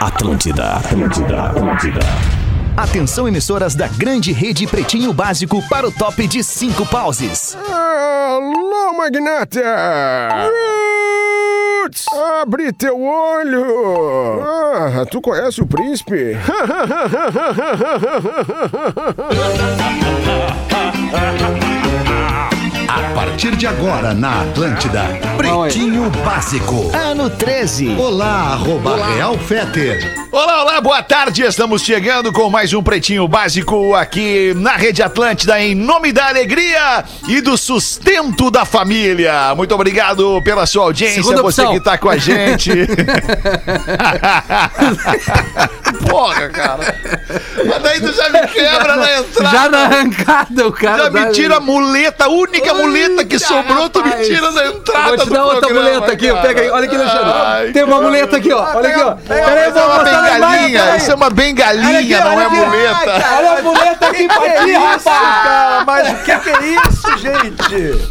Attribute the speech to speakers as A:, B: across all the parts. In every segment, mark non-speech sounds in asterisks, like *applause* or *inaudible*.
A: Atlântida, Atlântida, Atlântida. Atenção emissoras da grande rede Pretinho Básico para o top de cinco pauses.
B: Alô, magnata! Roots! Abre teu olho! Ah, tu conhece o príncipe?
C: A partir de agora na Atlântida,
D: é.
C: Pretinho Básico.
A: Ano 13.
C: Olá, arroba Real Feter.
E: Olá, olá, boa tarde. Estamos chegando com mais um Pretinho Básico aqui na Rede Atlântida, em nome da alegria e do sustento da família. Muito obrigado pela sua audiência,
F: Segunda
E: você
F: opção.
E: que tá com a
F: *laughs*
E: gente. Porra, cara. Mas daí tu já me quebra na entrada.
F: Já na arrancada, o cara.
E: Já me
F: dá-
E: tira a muleta, a única
F: Eita,
E: muleta que sobrou, tu me
F: rapaz.
E: tira na entrada.
F: Vou te dar
E: do
F: outra
E: programa,
F: muleta aqui,
E: cara.
F: pega aí. Olha aqui, Alexandre.
E: Ai,
F: Tem uma
E: cara.
F: muleta aqui, ó. Olha aqui, ó. Peraí, eu
E: Isso é
F: vou
E: uma
F: mostrar na imagem.
E: bengalinha, é
F: peraí.
E: isso é uma
F: Olha
E: bengalinha,
F: aqui,
E: não é
F: olha aqui. Ai,
E: muleta.
F: cara, Olha a muleta
E: *laughs*
F: aqui pra ti, rapaz.
D: Mas o que, que é isso,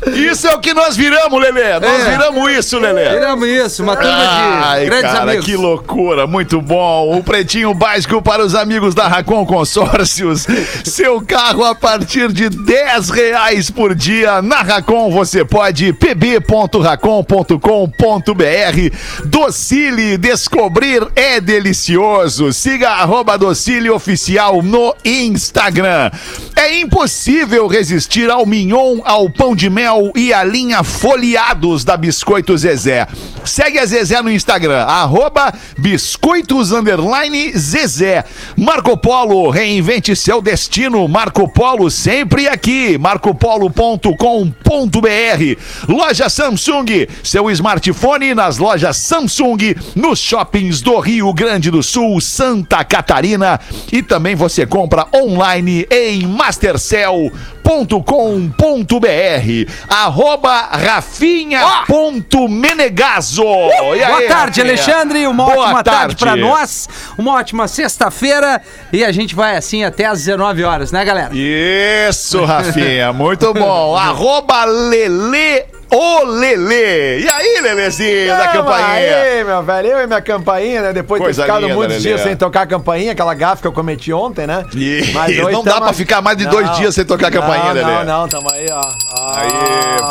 D: gente?
E: Isso é o que nós viramos, Lelê. Nós
F: É.
E: viramos isso, Lelê.
F: Tiramos isso, uma turma de
E: Ai,
F: grandes
E: cara,
F: amigos.
E: que loucura, muito bom. O pretinho básico para os amigos da Racon Consórcios. Seu carro a partir de 10 reais por dia. Na Racon você pode pb.racon.com.br. Docile, descobrir é delicioso. Siga arroba Docile Oficial no Instagram. É impossível resistir ao mignon, ao pão de mel e à linha folheados da Biscoito Zezé. Segue a Zezé no Instagram, arroba biscoitos underline Zezé. Marco Polo, reinvente seu destino. Marco Polo sempre aqui. marcopolo.com.br Loja Samsung, seu smartphone nas lojas Samsung, nos shoppings do Rio Grande do Sul, Santa Catarina e também você compra online em mastercell.com.br arroba rafinha.menegaso E aí,
F: Boa tarde,
E: Rafinha?
F: Alexandre. Uma
E: Boa
F: ótima
E: tarde.
F: tarde, pra nós. Uma ótima sexta-feira. E a gente vai assim até às 19 horas, né, galera?
E: Isso, Rafinha,
D: *laughs*
E: muito bom. Arroba Lele o Lele. E aí, Lelezinho da campainha?
D: Aí, meu velho, eu e minha campainha, né? Depois de ter
E: Coisa
D: ficado
E: linda,
D: muitos
E: Lelê.
D: dias sem tocar a campainha, aquela gafe que eu cometi ontem, né?
E: Ih,
D: hoje
E: não dá
D: tamo-
E: pra ficar mais de dois dias sem tocar a campainha,
D: Ah, não,
E: Lelê.
D: Não, não, tamo aí, ó. Ah,
E: Aí,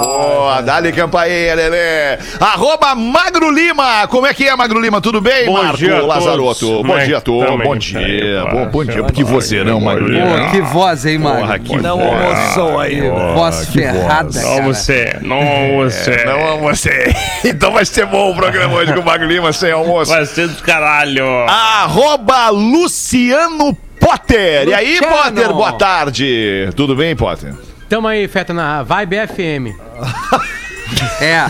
E: boa, dá-lhe campainha, Lelê. Arroba Magro Lima. Como é que é, Magro Lima? Tudo bem,
G: Bom
E: Marco
G: dia a todos. é
E: Lazarotto? Bom
G: Bem,
E: dia a todos.
G: também,
E: Bom dia.
G: bem,
E: Bom, bom dia, porque você não, Magro
F: Pô,
E: Lima.
F: que voz, hein, mano?
E: Porra, que
D: Não
E: voz.
D: almoçou aí, velho.
F: voz ferrada,
G: Não
F: cara.
G: você, não você.
E: É, Não um- almocei. *laughs* Então vai ser bom o programa hoje com o Magro Lima sem almoço.
G: Vai ser do caralho.
E: Ah, Arroba Luciano Potter. E aí,
F: Luciano.
E: Potter, boa tarde. Tudo bem, Potter?
H: Tamo aí, Feta, na Vibe FM.
F: É.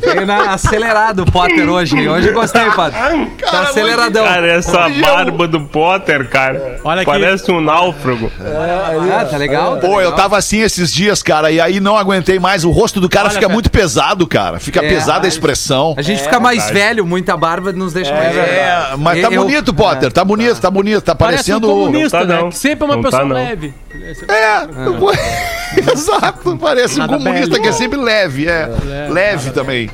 F: Veio na- acelerado o Potter hoje. hein? Hoje eu gostei, Potter. Tá aceleradão.
G: Cara, essa
E: é
G: barba do Potter, cara.
H: Olha aqui.
G: Parece um náufrago.
F: Ah, tá legal?
E: Pô, eu tava assim esses dias, cara, e aí não aguentei mais. O rosto do cara
H: Olha,
E: fica
H: cara.
E: muito pesado, cara. Fica
F: É,
E: pesada a
F: mas-
E: expressão.
F: A gente fica mais velho, muita barba nos deixa mais velho.
E: É, mas tá
F: Eu-
E: bonito, Potter. Tá bonito, tá bonito. Tá parecendo.
H: Parece um comunista,
G: Não tá, não.
H: né? Que sempre é uma
G: Não
H: pessoa
G: tá, não.
H: leve.
E: É. *laughs* Exato, parece um
H: Nada
E: comunista
H: belo.
E: que é sempre leve, é. leve também.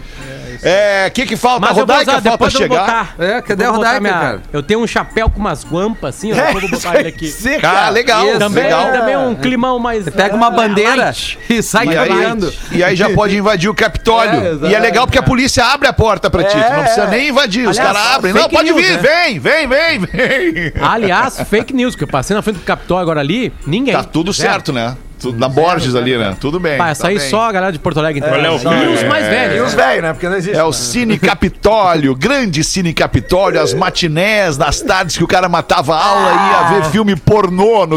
E: É, o que que falta?
H: Mas eu vou
E: Rodaica
H: usar,
E: falta
H: depois eu vou
E: chegar.
H: botar.
F: É, cadê
H: Eu
F: a
H: vou botar
F: Rodaica, cara? É,
H: Eu tenho um chapéu com umas guampas, assim, ó. eu vou botar ele aqui.
E: Cara, Ah, legal,
F: Isso,
H: Também,
E: legal.
H: também um climão mais...
F: Você pega uma
H: é,
F: bandeira
H: light.
F: e sai
E: E aí,
F: caminhando.
E: e aí já pode invadir o Capitólio. e é legal porque a polícia abre a porta pra ti. tu não precisa nem invadir. os
H: É. Aliás,
E: caras abrem.
H: fake
E: Não, pode
H: news,
E: vir.
H: né? Ah,
E: Vem, vem, vem, vem.
H: Aliás, fake news, que eu passei na frente do Capitólio agora ali, ninguém.
E: Tá tudo certo, né? Tudo na Borges ali, né? Tudo bem.
H: Pá, essa
E: tá
H: aí
E: bem.
H: só a galera de Porto Alegre. entendeu?
G: Olha o
H: e os
F: é.
G: vídeo.
H: mais velhos.
D: E os velhos, né? Porque não existe.
E: É o
D: né?
E: Cine Capitólio, grande Cine Capitólio, as matinés nas tardes que o cara matava aula e ia ver filme pornô no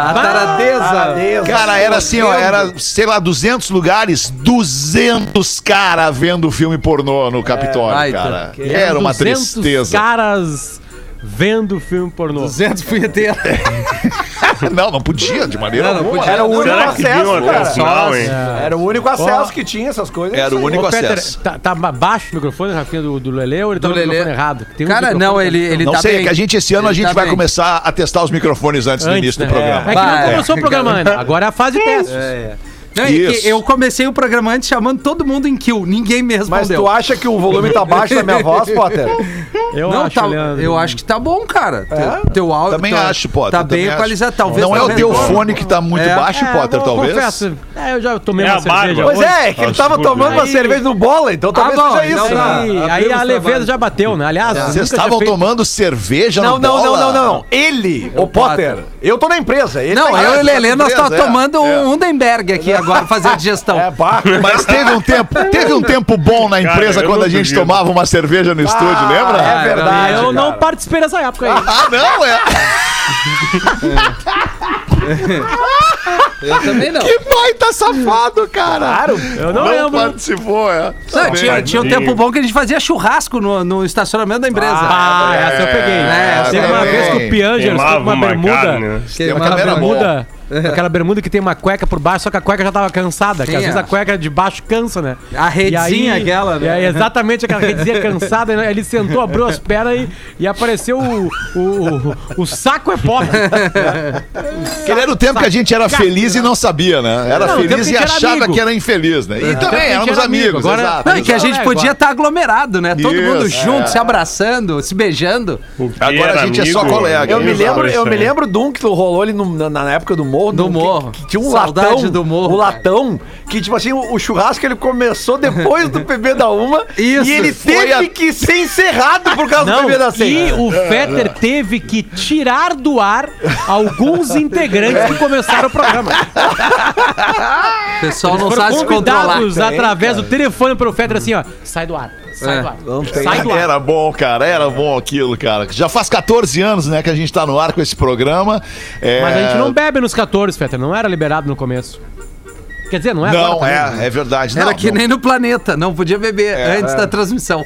E: Capitólio.
H: Ah,
F: a taradeza.
D: Beleza.
E: Cara, era assim, ó, era, sei lá, 200 lugares, 200 cara vendo filme pornô no Capitólio,
F: Ai,
E: cara.
F: tá.
E: Era uma
H: 200
E: tristeza.
H: caras vendo filme pornô.
F: 200 punheteiros.
E: *laughs* Não, não podia, de maneira
F: Não, não
E: alguma.
F: podia.
D: Era o único
G: Será que
D: acesso,
G: viu até o
D: cara.
G: final, hein?
D: Era o único acesso que tinha essas coisas.
E: Era o único
H: Ô, Peter,
E: acesso.
H: tá, tá baixo o microfone, Rafinha, do, do Lele ou ele tá
F: Do
H: no
F: Lelê.
H: microfone errado? Tem um
F: Cara, não,
H: microfone-
F: ele, ele
E: Não
F: tá
E: sei,
F: bem.
E: é que a gente esse ano a
F: Ele
E: gente
F: tá
E: vai
F: bem.
E: começar a testar os microfones antes, do início do
H: né?
E: programa.
H: É que
F: Bah,
H: não
F: é.
H: começou
F: *laughs*
H: o programa ainda. Agora é a fase teste.
F: Não, é que
E: Isso.
F: eu comecei o programa antes chamando todo mundo em kill. Ninguém me
D: Mas
F: respondeu. *laughs*
D: tu acha que o volume tá baixo da minha voz, Potter?
H: Eu
F: não,
H: acho,
F: tá,
H: Leandro.
F: eu acho que tá bom, cara. Teu, teu áudio
E: Também
F: tá,
E: acho, Potter.
F: Tá
E: também
F: bem
E: acho.
F: equalizado, talvez.
E: Não é o
F: talvez
E: teu
F: não.
E: fone que tá muito
F: É.
E: baixo,
H: É,
E: Potter,
H: eu
E: talvez?
H: Confesso. É, eu já tomei
G: É
H: uma
G: a barba.
H: cerveja.
G: Pois
D: Pois é, é que ele
G: Acho
D: tava
G: que-
D: tomando uma
H: Aí-
D: cerveja no bola, então talvez
F: bom,
D: seja
F: então
D: isso.
F: tá.
D: né?
H: Aí,
G: é
F: Ah,
H: aí
F: abrimos
H: a leveza
F: trabalho.
H: já bateu, né? Aliás, nunca
E: Vocês
H: tinha
E: estavam
H: feito-
E: tomando cerveja
D: Não,
E: no
D: não, não,
E: bola?
D: não, não. Ele, o Potter.
F: Potter.
D: Eu tô na empresa. Ele
F: Não,
D: tá-
F: eu e o Lelê, nós
E: Beleza,
F: tá
E: é.
F: tomando um Hundenberg aqui agora, fazer a digestão.
D: É, pá.
E: Mas teve um
H: *laughs*
E: tempo, teve um tempo bom na empresa
G: eu
E: quando
G: não
E: a gente
G: duvido.
E: tomava uma cerveja no
H: Ah,
E: estúdio, lembra?
D: É verdade.
H: Eu
D: cara.
H: não participei dessa época aí.
E: Ah, não, é.
F: Eu também não.
E: Que baita safado, cara. Claro.
H: Eu não, é. Ah, lembro.
E: participou, é.
F: Não, tinha, tinha um
G: Tadinho.
F: tempo bom que a gente fazia churrasco no, no estacionamento da empresa.
H: Ah, essa eu peguei.
F: É, essa
H: Teve
F: eu
H: uma
F: peguei.
H: vez que o Pianger com
G: Queimava
H: uma
G: uma
H: bermuda.
G: carne. né?
E: Uma
F: Queimava-
E: câmera boa.
H: bermuda. Aquela bermuda que tem uma cueca por baixo, só que a cueca já tava cansada, que
F: Sim,
H: às vezes
F: é.
H: a cueca de baixo cansa, né?
F: A redzinha
H: E aí-
F: aquela, né?
H: É, exatamente aquela redzinha cansada. né? Ele sentou, abriu as pernas e, e apareceu o, o, o, o saco é pop.
E: Aquele era o tempo que a gente era feliz e não sabia, né? Era
H: Não, o tempo
E: feliz
H: que
E: e
H: a gente era
E: achava
H: amigo. É.
E: que era infeliz, né? E
H: tempo que a
E: também
H: gente
E: éramos
H: era amigo,
E: amigos,
H: agora-
E: exato.
F: Não,
H: *laughs*
F: e que a gente
H: É,
F: podia
H: agora-
F: estar aglomerado, né? Todo
E: Isso,
F: mundo
E: é.
F: junto, se abraçando, se beijando.
G: O que
E: Agora a
G: era
E: gente é só colega.
D: Eu me
E: Exato,
D: lembro, eu
G: isso
D: me
G: aí.
D: lembro de um que rolou ali no- na, na época do morro.
F: Do
D: de um
F: morro.
D: Que, que tinha um
F: Saudade
D: latão.
F: do morro,
D: Um
F: cara.
D: latão que, tipo assim, o, o churrasco ele começou depois
F: *laughs*
D: do PB da Uma.
F: Isso,
D: e ele
F: foi
D: teve
F: a-
D: que ser encerrado por causa do
H: Não,
D: PB da
H: e
D: 100.
H: o Fetter teve que tirar do ar alguns integrantes que começaram o programa.
F: O pessoal não
H: Foram
F: sabe se controlar.
H: convidados através do telefone pro Fetter assim, ó, sai do ar, sai
F: É.
H: do ar,
D: Não tem.
H: sai do ar.
E: Era bom, cara, era bom aquilo, cara. Já faz 14 anos, né, que a gente tá no ar com esse programa. É,
H: Mas a gente não bebe nos 14, Fetter. Não era liberado no começo. Quer dizer, não é
E: Não,
H: agora também, né?
E: é, é verdade.
F: Era
E: não,
F: que
E: não-
F: nem no planeta, não podia beber
E: É.
F: antes da transmissão.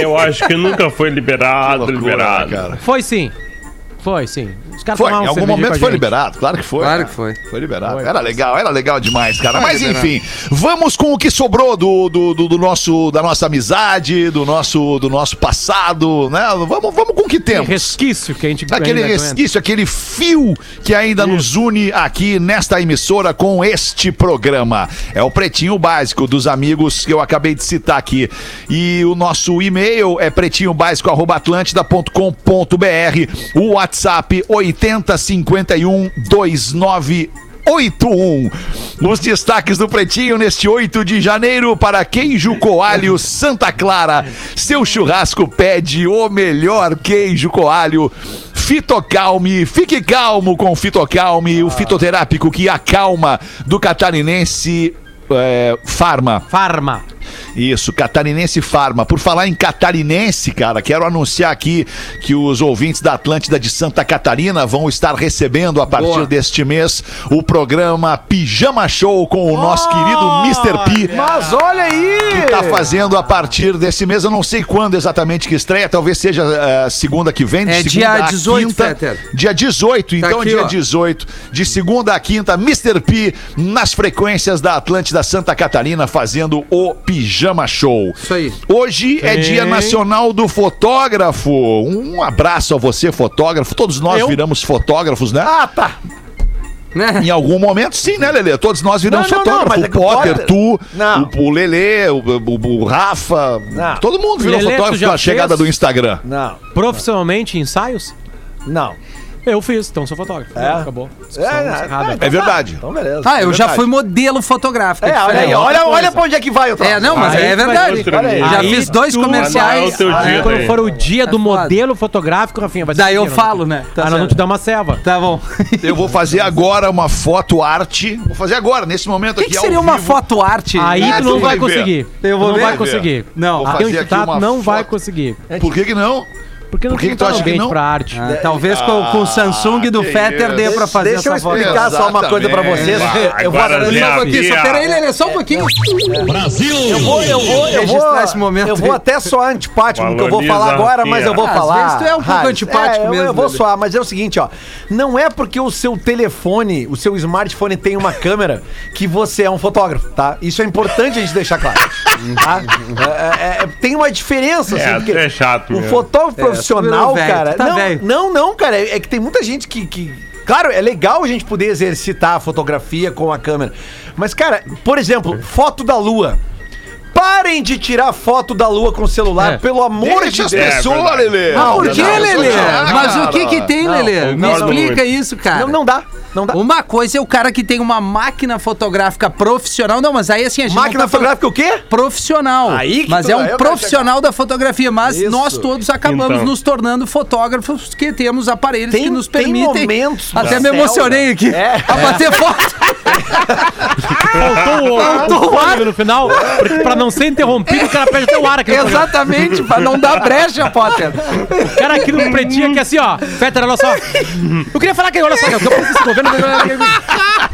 G: Eu acho que nunca foi liberado,
E: loucura,
G: liberado.
E: né, cara.
H: Foi sim. Foi sim. Os caras
E: Foi, em
H: tomavam
E: algum
H: um cerveja com
E: momento foi
H: a gente.
E: liberado, claro que foi.
F: Claro
E: né?
F: que foi.
E: Foi liberado.
H: Foi.
E: Era legal, era legal demais, cara. Mas enfim, vamos com o que sobrou do, do, do- do nosso, da nossa amizade, do nosso, do nosso passado, né? Vamos, vamos com o que
H: Aquele
E: temos.
H: resquício que a gente
E: Aquele
H: Tipo, ainda tá aguenta.
E: resquício, aquele fio que ainda nos une aqui nesta emissora com este programa. É o Pretinho Básico dos amigos que eu acabei de citar aqui. E o nosso e-mail é pretinhobásico.atlântida.com.br. O WhatsApp 8051 2981. Os um. destaques do Pretinho neste 8 de janeiro para Queijo Coalho Santa Clara. Seu churrasco pede o melhor queijo coalho. Fitocalme, fique calmo com o Fitocalme, o fitoterápico que acalma do catarinense é, Farma.
H: Farma.
E: Isso, Catarinense Farma. Por falar em Catarinense, cara, quero anunciar aqui que os ouvintes da Atlântida de Santa Catarina vão estar recebendo a partir
F: Boa.
E: deste mês o programa Pijama Show com o nosso querido Mr. P.
D: Mas olha aí!
E: Tá fazendo a partir desse mês, eu não sei quando exatamente que estreia, talvez seja eh, segunda que vem, de
F: É
E: segunda
F: dia
E: a
F: 18,
E: quinta.
F: Fetter. Tá
E: Dia 18, então
F: aqui,
E: dia
F: ó.
E: 18, de segunda a quinta, Mr. P nas frequências da Atlântida Santa Catarina fazendo o Pijama Show.
F: Isso aí.
E: Hoje é Dia Nacional do Fotógrafo. Um abraço a você, fotógrafo. Todos nós
H: Eu?
E: viramos fotógrafos, né? Ah, tá.
F: Né?
E: Em algum momento, sim, né, Lelê? Todos nós viramos
D: Não, não, não,
E: fotógrafo.
D: mas é que
E: o
D: o
E: Potter,
D: Potter-
E: tu,
D: Não.
E: o, o Lelê, o, o- o Rafa.
D: Não.
E: Todo mundo virou
H: Lelê, tu
E: fotógrafo
H: já
E: com a chegada
H: fez?
E: do Instagram.
D: Não,
H: Profissionalmente, ensaios?
D: não.
H: Eu fiz, então sou fotógrafo.
D: É?
H: Acabou. Discussão
D: É, é,
H: encerrada.
E: É verdade.
D: Então,
F: um
D: beleza.
F: Ah, eu já
E: verdade.
F: fui modelo fotográfico.
D: É, olha aí,
F: diferente.
D: olha, olha pra onde é que vai o troço.
F: É, não, mas
H: Aí
F: é
H: tu vai
F: verdade.
G: Outro
D: olha aí.
G: nível.
F: Já
H: Aí
F: fiz dois
H: tu-
F: comerciais. Ah,
G: Mas não é o teu
H: Aí,
G: dia,
H: quando
G: daí.
H: for o dia do
F: É foda.
H: modelo fotográfico, Rafinha, vai ser
F: Daí eu
H: dinheiro,
F: falo, né? Tá
H: Ah, nós
F: certo.
H: vamos te dar uma ceva.
E: *laughs*
F: Tá bom.
E: Eu vou fazer agora uma foto arte. Vou fazer agora, nesse momento
F: O que,
E: aqui. é
F: que
E: ao
F: seria uma
E: vivo.
F: foto Né? arte?
H: Aí
E: É,
H: tu não
E: tu vai
H: vai
E: ver.
H: conseguir.
F: Eu vou
H: Tu não
F: ver.
H: vai conseguir.
F: Não,
E: Vou
H: Até o
E: fazer aqui
H: Instituto
E: uma
H: não vai
E: foto.
H: conseguir.
E: Por que, que não?
H: Porque não
E: Por que
H: tem
E: que tu acha que
H: ambiente
E: não?
H: pra arte.
F: Ah, talvez com, com o Samsung do
E: que
F: Fetter dê
E: isso.
F: pra fazer
D: Deixa eu
F: essa foto.
D: explicar só uma coisa pra vocês.
G: Exatamente.
D: Eu vou
G: Agora
F: Só um
D: analisar
G: já
F: pouquinho, só
G: havia-
F: peraí, Lelê, só um pouquinho.
D: Eu vou, eu vou, eu
F: Registrar
D: vou.
F: esse momento
D: eu vou
F: aí.
D: até soar antipático no que eu vou
G: Valoriza
D: falar agora, mas eu vou
G: a
F: tia.
D: falar.
F: Às vezes tu é um pouco
D: Raiz.
F: antipático
D: É, eu-
F: mesmo, né,
D: Eu vou
F: Lelê.
D: soar, mas é o seguinte, ó. Não é porque o seu telefone, o seu smartphone tem uma câmera que você é um fotógrafo, tá? Isso é importante a gente deixar claro. tá? É, é, é, tem uma diferença, assim,
G: É,
D: porque
G: é chato
D: O
G: mesmo.
D: fotógrafo
F: É,
D: profissional,
F: tu virou velho,
D: cara.
F: tu tá
D: não,
F: velho.
D: não, não, cara. É é que tem muita gente que. que- Claro, é legal a gente poder
F: É.
D: exercitar a fotografia com a câmera. Mas, cara, por exemplo, foto da lua. Parem de tirar foto da lua com o celular,
F: É.
D: pelo amor
E: Deixa
D: de
E: as
D: Deus.
E: pessoas,
G: verdade.
E: Lelê.
F: Mas por
E: Não,
F: que,
E: não,
F: Lelê?
E: não,
F: Mas o
E: cara.
F: que que tem, Lelê? Me
G: concordo
F: explica
G: muito.
F: isso, cara.
D: Não, não dá. Não dá.
F: Uma coisa é o cara que tem uma máquina fotográfica profissional. Não, mas aí assim a gente. não
D: Máquina
F: tá falando-
D: fotográfica o quê?
F: Profissional.
D: Aí que
F: mas
D: tu-
F: é
D: aí eu
F: um
D: quero
F: profissional da fotografia. Mas
D: Isso.
F: nós todos acabamos
G: Então.
F: nos tornando fotógrafos que temos aparelhos
D: Tem-
F: que nos
D: tem
F: permitem.
D: momentos
F: até me
D: do céu,
F: emocionei
D: né?
F: aqui.
D: É.
F: A
D: *laughs*
F: bater foto. *laughs*
H: Faltou o, o fôlego no final, porque pra não ser interrompido, o cara perde até o ar aqui. no programa.
F: Exatamente, pra não dar brecha, Potter.
H: O cara aqui no pretinho aqui assim, ó. Fetter, olha só. Eu queria falar que olha só, que eu preciso desse governo.
D: Quer,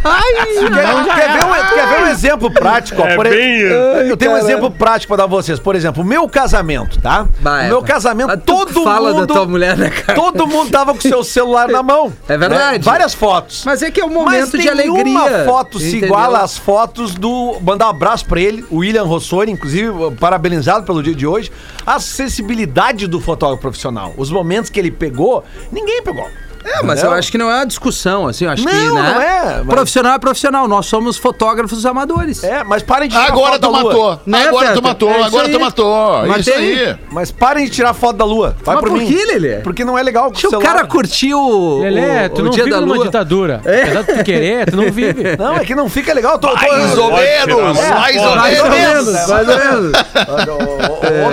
D: quer ver, um, quer ver um exemplo prático? ó?
G: É
D: Por e-
G: bem isso.
D: Eu tenho um exemplo prático pra dar pra vocês. Por exemplo, o meu casamento, tá?
F: Bah, é.
D: meu casamento,
F: Mas tu
D: todo
F: fala
D: mundo.
F: da tua mulher, né, cara?
D: Todo mundo tava com seu celular na mão.
F: É verdade.
D: né? Várias fotos.
F: Mas é que é um momento de alegria.
D: nenhuma foto se
F: entendeu?
D: iguala às fotos do. Mandar um abraço pra ele, o William Rossoni, inclusive, parabenizado pelo dia de hoje. A acessibilidade do fotógrafo profissional. Os momentos que ele pegou, ninguém pegou.
F: É, mas eu acho que não é uma discussão, assim, eu acho que,
D: Não,
F: né?
D: não é, mas-
F: Profissional é profissional, nós somos fotógrafos amadores.
D: É, mas parem de tirar
E: Agora
D: foto da
E: tu
D: lua.
E: matou.
F: É,
E: Agora
F: Beto,
E: tu matou.
F: é isso
E: Agora tu
F: aí.
E: matou.
F: Mas
E: Isso
F: tem-
E: aí.
D: Mas parem de tirar foto da lua. Vai
F: Mas
D: por
F: por
D: mim.
F: que, Lelê?
D: Porque não é legal com
F: Deixa o
D: celular.
F: cara curtir o,
H: Lelê,
F: o,
H: tu
F: o
H: não
F: dia
H: vive
F: da
H: numa
F: lua. É.
H: ditadura. Apesar de tu querer, tu não vive.
D: Não, é que não fica legal. Eu Tô, tô-
E: Mais ou
G: Pode tirar
E: menos.
G: uma
E: Mais
G: foto.
E: ou
F: É, Mais ou
E: menos.
F: menos, mais ou menos.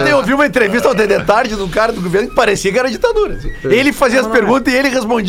D: Ontem eu vi uma entrevista ao de tarde do cara do governo que parecia que era ditadura. assim.
F: É.
D: Ele fazia as perguntas e ele respondia.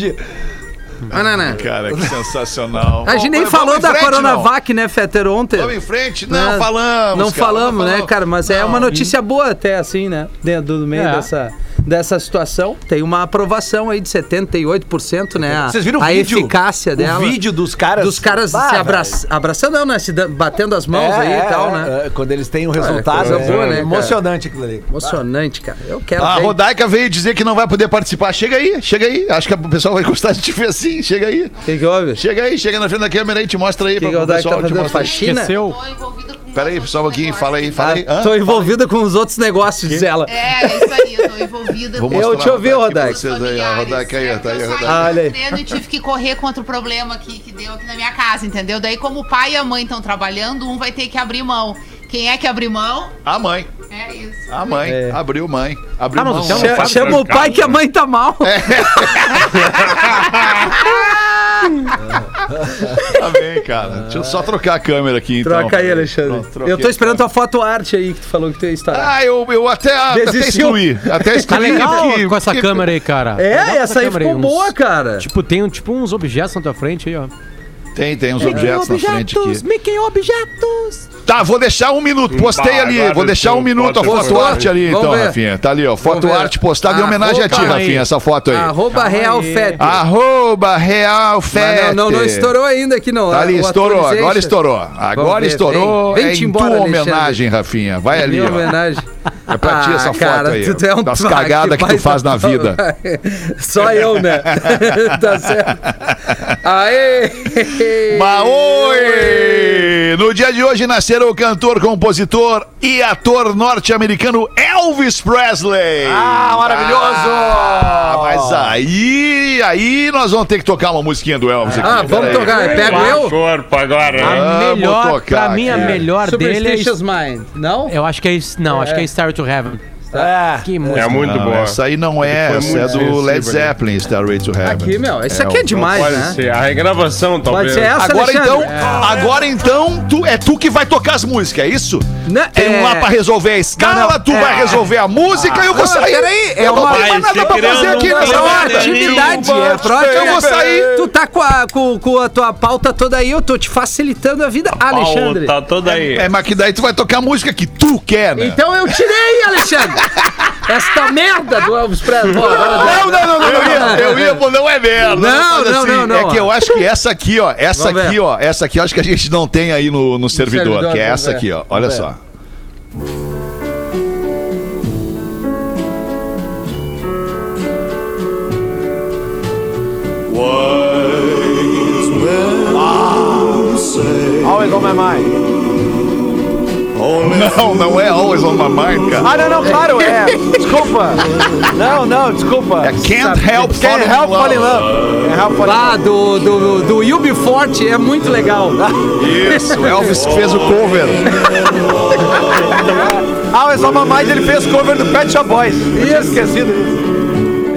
F: Ah, não, não.
E: Cara, que sensacional.
F: A gente nem
E: Vamos
F: falou
E: em
F: da
E: frente,
F: Coronavac, né, Fetter, ontem?
E: não. Vamos em frente? Não,
F: Né?
E: falamos.
F: Não
E: cara,
F: falamos, né, cara? Mas é
E: Não.
F: uma notícia boa até, assim, né? Dentro do meio
H: É.
F: dessa, dessa situação. Tem uma aprovação aí de 78%, né? A,
D: Vocês viram o
F: a
D: vídeo?
F: eficácia dela.
D: O vídeo dos caras.
F: Dos caras
D: Ah,
F: se
D: velho.
F: abraça, abraçando, não, né? Se da- batendo as mãos
D: É,
F: aí
D: é,
F: e tal,
D: é,
F: né?
D: é, Quando eles têm o resultado.
F: coisa
D: É,
F: boa, né, cara?
D: emocionante aquilo ali.
F: Emocionante, cara. Eu quero
E: A
F: ver.
E: Rodaica veio dizer que não vai poder participar. Chega aí, chega aí. Acho que o pessoal vai gostar de te ver assim. Chega aí.
F: O que que houve? O
E: Chega aí, chega na frente da câmera aí, te mostra aí
F: que que
E: pra
F: o
E: o
F: Dag tá
E: pessoal. te
F: fazendo
E: mostra aí.
F: faxina?
H: Esqueceu?
E: Pera aí, pessoal, um pouquinho. Fala aí, fala
F: Ah,
E: aí. Hã?
F: tô envolvida com os outros negócios, diz ela.
I: É, é isso aí, eu tô
E: *laughs*
I: envolvida.
E: Vou
I: com É,
E: mostrar
F: Eu te ouvi,
E: pra
F: Rodaica.
E: vocês aí, ó, Rodaica aí, ó, tá aí,
I: eu
E: Rodaica.
I: saí
F: Ah, olha aí.
I: do treino e tive que correr contra o problema aqui que deu aqui na minha casa, entendeu? Daí, como o pai e a mãe estão trabalhando, um vai ter que abrir mão. Quem é que abre mão?
E: A mãe,
I: É isso.
E: a mãe. Abriu mãe. Abriu
H: Ah, mas
E: mão.
H: o Theo
F: Chama,
G: faz
F: chama o
G: trancado,
F: pai que a mãe tá mal.
E: É. Tá bem, cara. Deixa eu só trocar a câmera aqui, então.
F: Troca aí, Alexandre.
E: Pronto, troquei
F: eu tô
E: a
F: esperando tua foto arte aí que tu falou que tu ia instalar.
E: Ah, eu, eu até, até
F: Desistiu?
E: excluí. Até
H: Tá
E: excluí.
H: legal
E: porque-
H: com essa
E: porque-
H: câmera aí, cara.
F: é,
H: Legal com
F: essa aí
H: câmera
F: ficou
H: uns-
F: boa, cara.
H: Tipo, tem, um- tipo uns objetos na tua frente aí, ó.
E: Tem, tem uns objetos na frente aqui.
H: Mickey Objetos.
E: Tá, vou deixar um minuto. Postei
G: Bah,
E: ali.
G: agora
E: Vou deixar um
G: tu
E: minuto a
G: pode
E: foto
G: postar.
E: arte ali,
F: Vamos
E: então,
F: ver.
E: Rafinha. Tá ali, ó. Foto
F: Vamos ver.
E: arte postada em
F: Arroba-
E: homenagem a ti,
H: Calma aí.
E: Rafinha, essa foto aí.
F: Arroba Real Fetter.
E: Arroba Real Fete.
F: Mas não, não, não estourou ainda aqui, não.
E: Tá ali,
F: O
E: estourou.
F: atualization.
E: Agora estourou. Agora
F: ver,
E: estourou.
F: vem. Vem
E: é
F: te
E: em
F: embora,
E: tua
F: Alexandre.
E: homenagem, Rafinha. Vai ali,
F: Minha
E: ó.
F: homenagem. Ah,
E: É pra ti essa foto aí,
F: tu é um
E: das
F: baita
E: cagadas que tu faz na
F: baita-
E: vida.
F: né? Só
E: *laughs*
F: eu, né? tá certo. Aê!
E: Maui! No dia de hoje nasceram o cantor, compositor e ator norte-americano Elvis Presley.
D: Ah, maravilhoso!
E: Ah, mas aí, aí nós vamos ter que tocar uma musiquinha do Elvis aqui.
F: Ah, vamos
E: Peraí.
F: tocar. Pego
G: Vai,
F: eu?
G: corpo agora. né?
H: A
E: Vamos
H: É melhor,
E: tocar
H: pra mim, a
E: aqui.
H: melhor dele é...
F: Superstitious Mind. Não?
H: Eu acho que é isso. Não, acho que é Star to Heaven.
D: É.
H: Que música.
G: É muito
E: Não,
G: boa.
E: Essa aí não é,
G: Ele
E: essa é
G: foi muito
E: do
G: sensível
E: Led
G: ali.
E: Zeppelin, Starway to Heaven.
F: Aqui, meu. Isso aqui
E: o-
F: é demais,
G: Pode
F: né?
G: ser. A regravação,
F: Pode
G: talvez.
F: ser essa,
E: Agora
F: Alexandre? É.
E: então, agora então, tu, é tu que vai tocar as músicas, é isso?
F: Não,
E: Tem
F: é-
E: um lá pra resolver a escala,
F: Não, não,
E: tu
F: é-
E: vai resolver a música e eu vou
F: Não,
E: sair.
F: peraí, é
E: eu não
F: uma-
E: tenho mais
G: Vai
E: nada pra
G: ser
E: fazer aqui
F: né?
E: então.
G: criando
E: nessa
G: uma
E: hora.
F: atividade,
E: Nenhuma.
F: é próximo.
E: Eu vou sair.
F: Tu tá com a, com, com a tua pauta toda aí, eu tô te facilitando a vida, Alexandre.
G: Tá toda aí.
E: É, mas que daí tu vai tocar a música que tu quer, né?
F: Então eu
E: *laughs*
F: tirei, Alexandre! Esta merda do Elvis Presley. Pô, agora
E: Não,
F: deu.
E: não, não, não, eu ia, eu ia, pô, não é merda.
F: Não,
E: mas
F: não, não, não.
E: É que eu acho que essa aqui, ó, essa
F: Vamos ver.
E: aqui, ó, essa aqui, eu acho que a gente não tem aí no, no servidor,
F: servidor,
E: que é
F: vamos
E: essa
F: ver.
E: aqui, ó, olha só.
D: Always on my mind.
E: Não, não é Always on My Mind, cara.
D: Ah, não, não, claro, é. Desculpa. Não, não, desculpa.
F: Ah,
E: É Can't Help
D: Can't
E: Falling in
D: help
E: Love.
D: falling in love. Can't help falling in love.
F: Lá Ah, do, do, do Yubi Forte é muito legal.
E: Isso, o Elvis que fez o cover.
D: Ah, é só uma mais ele fez cover do Pet Shop Boys. Eu tinha esquecido isso.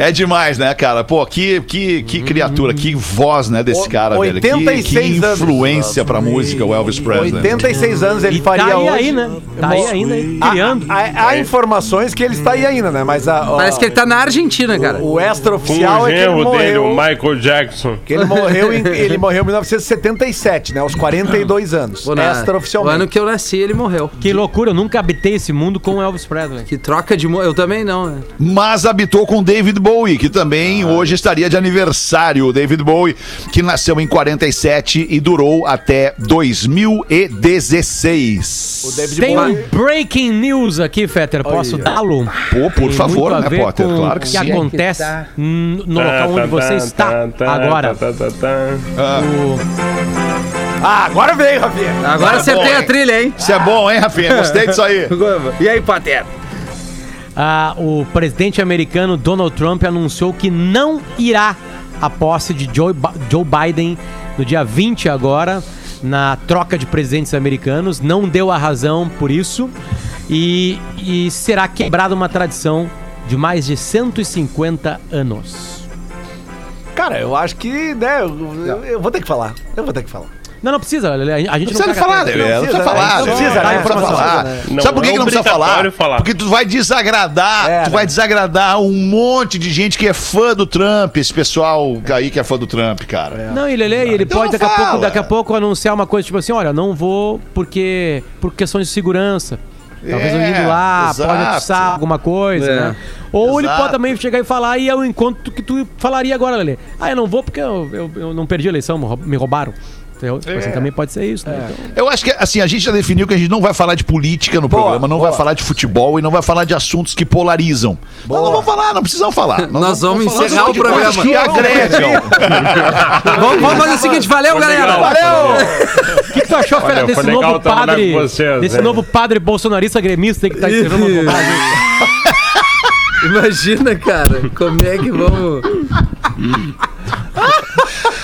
E: É demais, né, cara? Pô, que, que, que criatura, que voz, né, desse
D: O-
E: cara, velho. Que,
D: 86
E: que
D: anos.
E: influência pra música, o Elvis Presley.
D: 86 anos ele faria
H: tá aí,
D: hoje.
H: aí, né? Tá aí ainda, aí, Ah,
D: Há-
H: criando.
D: Há, há informações que ele está aí ainda, né? Mas a, a-
F: Parece que ele tá na Argentina, cara.
D: o
G: Com
D: extraoficial
G: o
D: é que ele
G: genro
D: morreu.
G: dele, o Michael Jackson.
D: que ele
F: *laughs*
D: morreu em, ele morreu em 1977, né? Aos 42 anos.
F: Pô, na-
D: Extraoficialmente.
F: O ano que eu nasci, ele morreu.
H: Que loucura, eu nunca habitei esse mundo com Elvis Presley.
F: Que troca de... mo- Eu também não, né?
E: mas habitou com David Bowie, que também hoje estaria de aniversário. O David Bowie, que nasceu em 47 e durou até 2016.
D: O David
H: Tem
D: Bowie-
H: um breaking news aqui, Fetter. Posso
D: Olha.
H: dá-lo?
E: Pô, por
H: Tem
E: favor,
H: muito a
E: né,
H: ver
E: Potter?
H: com
E: Claro que
H: o
E: sim.
H: acontece n- no
G: Tá,
H: local
G: tá,
H: onde você
G: tá,
H: está
G: tá, tá,
H: agora.
G: tá, tá, tá.
D: Ah, agora veio, Rafinha.
F: Agora acertei
E: Tá bom,
F: a
E: hein?
F: trilha, hein?
E: Isso é bom, hein, Rafinha? Gostei disso aí.
F: E aí, Pateta?
H: Ah, o presidente americano Donald Trump anunciou que não irá à posse de Joe, Ba- Joe Biden no dia 20 agora, na troca de presidentes americanos. Não deu a razão por isso. E, e será quebrada uma tradição de mais de 150 anos.
D: Cara, eu acho que, né, eu, eu- eu vou ter que falar. Eu vou ter que falar.
H: Não, não precisa. A gente
E: Não precisa
H: caga
E: falar,
H: tanto.
E: né? Não precisa falar.
D: Não precisa,
E: né? Não
D: né?
E: precisa
D: Informação.
E: falar.
G: Não,
E: Sabe por que,
G: é
E: que não precisa falar?
G: obrigatório falar.
E: Porque tu vai desagradar,
D: É,
E: tu
D: né?
E: vai desagradar um monte de gente que é fã do Trump, esse pessoal aí que é fã do Trump, cara.
H: Não, e Lele, ele
E: Então
H: pode daqui a,
E: fala.
H: pouco, daqui a pouco anunciar uma coisa, tipo assim, olha, não vou porque por questões de segurança. Talvez eu
E: É,
H: indo lá, pode
E: exato.
H: atiçar alguma coisa,
F: É.
H: né? Ou ele
E: Exato.
H: pode também chegar e falar, e é o encontro que tu falaria agora, Lele. Ah, eu não vou porque eu, eu- eu não perdi a eleição, me roub- me roubaram. Então, tipo
E: É.
H: assim, também pode ser isso, né? Então,
E: Eu acho que, assim, a gente já definiu que a gente não vai falar de política no
D: Boa,
E: programa, não vai falar de futebol e não vai falar de assuntos que polarizam. Nós não vamos falar, não precisam falar.
F: Nós vamos
E: falar
F: encerrar o
E: de coisas
F: programa. Tá,
E: que agregam.
F: Vamos, vamos fazer o seguinte, valeu, galera!
G: legal.
H: O que, que tu achou, Fera,
G: Olha, foi
H: desse
G: legal
H: novo
G: trabalhar
H: padre.
G: com vocês,
H: desse
G: né?
H: novo padre bolsonarista gremista que tá escrevendo uma bobagem?
F: *laughs* Imagina, cara, como é que vamos...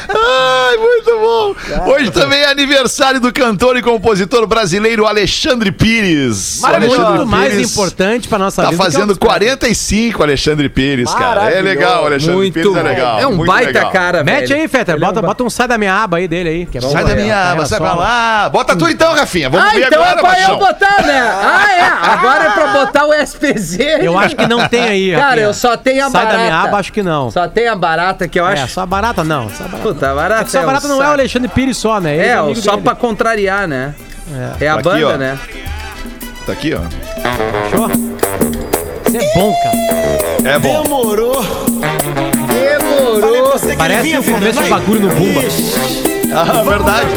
E: Ai, muito bom! Hoje também é aniversário do cantor e compositor brasileiro Alexandre Pires.
D: Maravilhoso.
E: Alexandre
H: Muito mais
E: Pires
H: importante pra nossa
E: Tá
F: é
H: vida. do que
E: fazendo
H: outros caras.
E: 45, Alexandre Pires, cara. É
D: Maravilhoso.
E: legal, Alexandre Pires
F: Muito
E: é legal.
F: bom. É um
E: muito
F: baita
E: legal.
F: cara,
H: Mete
F: velho.
H: aí, Fetter.
F: Ele é um
H: Bota,
F: ba-
H: bota um sai da minha aba aí dele aí. Que é bom.
E: Sai da minha
H: Era
E: aba, sai
H: só-
E: pra lá. Bota tu então, Rafinha. Vamos
F: Ah,
E: ver
F: então
E: agora,
F: é pra
E: paixão.
F: eu botar, né? Ah, é. Agora é pra botar o SPZ.
H: Eu acho que não tem
F: *laughs*
H: aí.
F: Cara,
H: Rafinha.
F: eu só tenho a
H: Sai
F: barata.
H: da minha aba, acho que não.
F: Só tem a barata que eu
H: É,
F: acho.
H: só barata não. Só barata,
F: Puta, a barata
H: só
F: é um
H: barata não é o
F: saco.
H: Alexandre Pires só, né? Ele
F: É,
H: amigo
F: só
H: dele.
F: pra contrariar, né? É, a
E: Aqui,
F: banda,
E: ó.
F: né?
E: Tá aqui, ó.
H: Isso é bom, cara.
E: É bom.
F: Demorou.
H: Parece o começo do bagulho no Bumba.
E: Ah, verdade.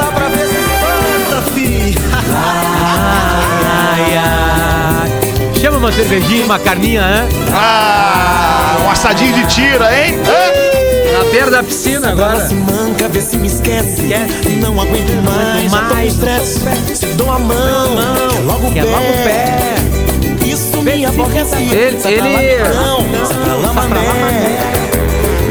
H: Ai, ai. Chama uma cervejinha, uma carninha, né?
E: Ah, um assadinho de tira, hein? Hã?
F: Na beira da piscina agora.
J: manca, vê se me esquece. é, Não aguento mais, já tô com
H: mais,
J: estresse. Te dou a mão, quer logo o
H: Que é logo o
J: pé.
H: pé.
J: Isso me aborrece. tá
F: Ele-
J: Essa
F: ele-
J: palavrão, essa palavrão,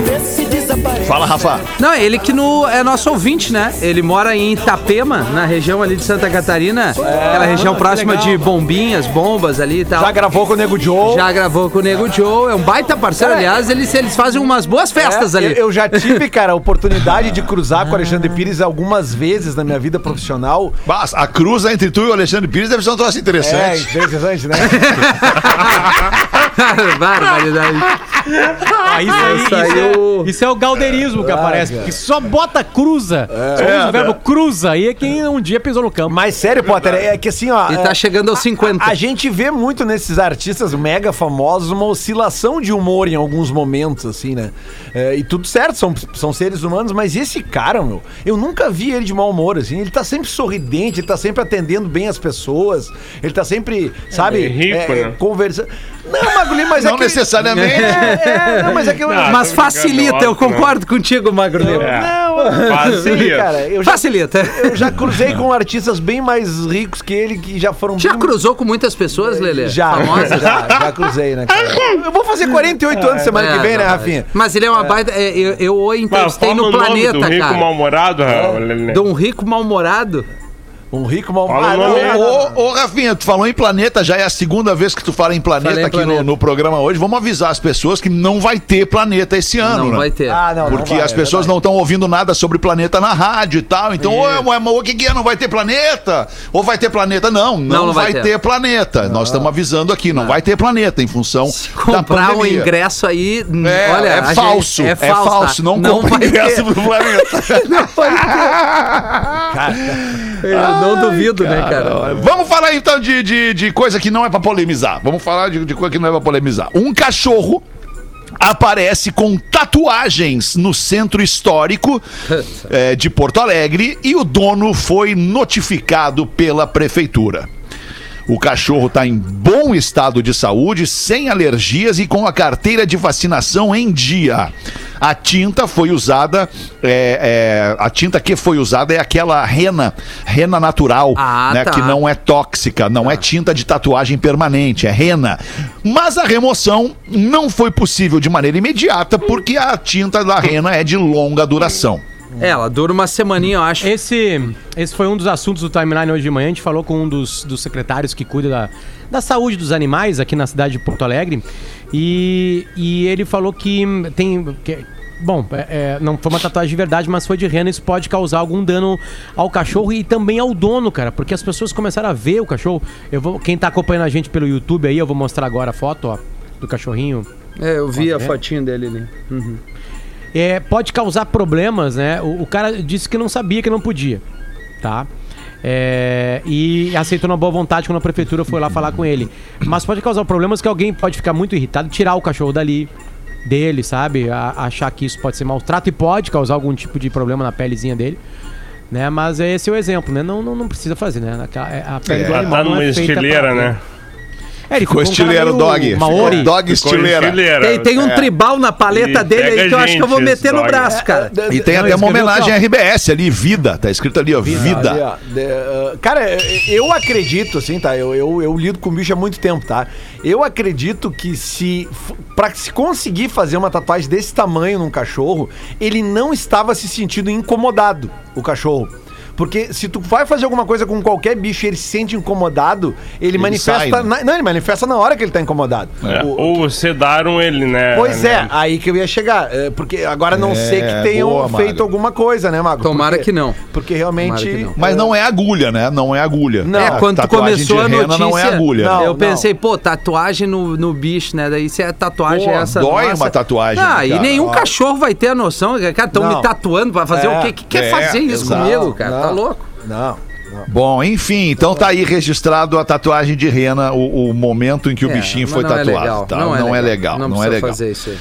J: Vê se desaparece.
E: Fala, Rafa.
F: Não, ele que no, é nosso ouvinte, né? Ele mora em Itapema, na região ali de Santa Catarina. aquela região próxima de bombinhas, bombas ali e tal.
D: Já gravou com o Nego Joe.
F: Já gravou com o Nego Joe, é um baita parceiro. Aliás, eles, eles fazem umas boas festas
D: É,
F: ali.
D: Eu, eu
F: *laughs*
D: já tive, cara, a oportunidade de cruzar com o Alexandre Pires algumas vezes na minha vida profissional.
E: Mas A cruz é entre tu e o Alexandre Pires deve ser um troço
D: É,
E: interessante.
D: interessante, né?
F: *laughs* Barbaridade.
H: Ah, isso, aí, isso,
F: Essa aí eu-
H: é, isso é o galdeirismo que aparece.
D: cara.
H: Porque só bota cruza. Só usa o verbo cruza. Aí é quem um dia pisou no campo.
D: Mas sério, Potter, é que assim, ó.
F: E
D: é,
F: tá chegando aos 50.
D: A gente vê muito nesses artistas mega famosos uma oscilação de humor em alguns momentos, assim, né? É, e tudo certo, são, são seres humanos, mas esse cara, meu, eu nunca vi ele de mau humor, assim. Ele tá sempre sorridente, ele tá sempre atendendo bem as pessoas, ele tá sempre, sabe,
G: bem rico, né?
D: conversando. Não, Magulho, mas é
E: Não
F: *laughs*
D: que...
E: necessariamente.
D: É, é, não, mas é que eu...
G: *laughs* Não,
F: Mas
G: tô brincando,
F: facilita, eu
G: óbvio, né?
F: concordo contigo, Magro Lima.
G: É.
D: Não, eu não sei,
G: Facilita.
D: cara. Eu já,
F: Facilita.
D: eu já cruzei com artistas bem mais ricos que ele, que já foram
F: Já
D: bem-
F: cruzou com muitas pessoas, Lelê?
D: Já,
F: Famosas?
D: já, já cruzei, né, cara? Eu vou fazer 48 anos *laughs* semana que vem, né,
F: é, não,
D: Rafinha?
F: Mas ele é uma baita. é, eu, eu o
G: Mas
F: entrevistei
G: fala
F: no
G: o nome do
F: planeta,
G: rico
F: cara.
G: mal-humorado, Rafa, Lelê.
F: De um rico mal-humorado.
D: Um rico mal
G: Fala o
D: Ah, não,
G: nome
D: não,
G: aí.
D: não, não.
E: Ô, ô, Rafinha, tu falou em planeta, já é a segunda vez que tu fala em planeta
F: Falei em
E: aqui
F: planeta.
E: No, no programa hoje. Vamos avisar as pessoas que não vai ter planeta esse ano,
F: Não
E: né?
F: vai ter.
D: Ah, não, não
E: Porque
D: vai,
E: as
D: é
E: pessoas
D: verdade.
E: não estão ouvindo nada sobre planeta na rádio e tal. Então, ô, mas o que, que é? Não vai ter planeta? Ou vai ter planeta? Não, não,
F: não
E: vai,
F: vai
E: ter,
F: ter.
E: planeta. Nós estamos avisando aqui, não, vai ter planeta em função da
F: Comprar um
E: pandemia.
F: ingresso aí, n-
E: É,
F: olha,
E: é,
F: a gente-
E: falso, é falso,
F: tá?
E: não, compra
F: vai
E: ingresso
F: ter.
E: pro
F: *laughs*
E: planeta. *laughs*
F: Eu não duvido, né, cara?
E: Vamos falar então de, de, de coisa que não é pra polemizar. Vamos falar de, de coisa que não é pra polemizar. Um cachorro aparece com tatuagens no centro histórico eh, de Porto Alegre e o dono foi notificado pela prefeitura. O cachorro está em bom estado de saúde, sem alergias e com a carteira de vacinação em dia. A tinta foi usada, é, é, a tinta que foi usada é aquela rena, rena natural,
F: Ah,
E: né,
F: tá.
E: que não é tóxica, não é tinta de tatuagem permanente, é rena. Mas a remoção não foi possível de maneira imediata porque a tinta da rena é de longa duração.
F: É, ela dura uma semaninha, eu acho.
H: Esse, esse foi um dos assuntos do timeline hoje de manhã. A gente falou com um dos, dos secretários que cuida da, da saúde dos animais aqui na cidade de Porto Alegre. E, e ele falou que tem. que- bom, é- é, não foi uma tatuagem de verdade, mas foi de rena. Isso pode causar algum dano ao cachorro e também ao dono, cara, porque as pessoas começaram a ver o cachorro. Eu vou, quem tá acompanhando a gente pelo YouTube aí, eu vou mostrar agora a foto, ó, do cachorrinho.
F: É, eu vi a fotinha dele ali.
H: é, pode causar problemas, né? O, o cara disse que não sabia que não podia, tá? É, e aceitou na boa vontade quando a prefeitura foi lá falar com ele. Mas pode causar problemas que alguém pode ficar muito irritado, tirar o cachorro dali dele, sabe? A- achar que isso pode ser maltrato e pode causar algum tipo de problema na pelezinha dele. Né? Mas esse é o exemplo, né? Não, não, não precisa fazer, né? Aquela- é, A pele do
G: Tá
H: animal não
G: numa
H: é feita
G: estileira,
H: pra-
G: né?
H: É, ele
E: Ficou
H: um cara
E: estileiro,
H: meio
E: dog.
H: Maori.
E: Ficou dog estileira.
F: Tem, tem um tribal na paleta
G: E
F: dele aí
G: é. pega
F: que eu acho que eu vou
G: gente,
F: meter no
G: dói.
F: braço,
D: É,
E: E
F: cara.
E: tem
H: Não,
E: até uma
H: escreveu
E: homenagem
H: só.
E: à RBS ali, vida. Tá escrito ali, ó, vida.
D: Ali, ó. De- eh, cara, eh, eu acredito, assim, tá? Eu, eu, eu lido com bicho há muito tempo, tá? Eu acredito que se. f- Pra se conseguir fazer uma tatuagem desse tamanho num cachorro, ele não estava se sentindo incomodado, o cachorro. Porque se tu vai fazer alguma coisa com qualquer bicho e ele se sente incomodado, ele, manifesta.
E: sai, né?
D: na- não, ele manifesta na hora que ele tá incomodado. O-
G: É. Ou sedaram ele, né?
D: Pois é,
G: né?
D: aí que eu ia chegar. é, Porque agora não sei que tenham
E: boa,
D: feito
E: Magro.
D: alguma coisa, né, Mago?
F: Tomara
D: Porque-
F: que não.
D: Porque
F: Tomara que
D: realmente.
F: não.
E: Mas não é agulha, né? Não é agulha.
D: Não,
F: é,
E: A
F: quando tu
E: tatuagem
F: começou
E: de
F: a
E: rena
F: notícia,
E: não é agulha.
D: Não,
F: eu pensei, pô, tatuagem no, no bicho, né? Daí se é tatuagem
E: Pô,
F: essa.
E: dói uma tatuagem,
F: Ah,
E: né,
F: e
E: cara?
F: nenhum
E: Ó.
F: cachorro vai ter a noção. Cara, estão
D: Não.
F: me tatuando pra fazer
D: É,
F: o quê? Que quer
E: é,
F: fazer isso
E: exato.
F: comigo, cara?
D: Não.
F: Tá louco?
D: Não.
E: Bom, enfim, então tá aí registrado a tatuagem de rena, o, o momento em que o
F: É,
E: bichinho
F: mas
E: foi
F: não é
E: tatuado.
F: legal,
E: tá? Não, é legal, não, é
F: precisa
E: legal.
F: fazer isso aí.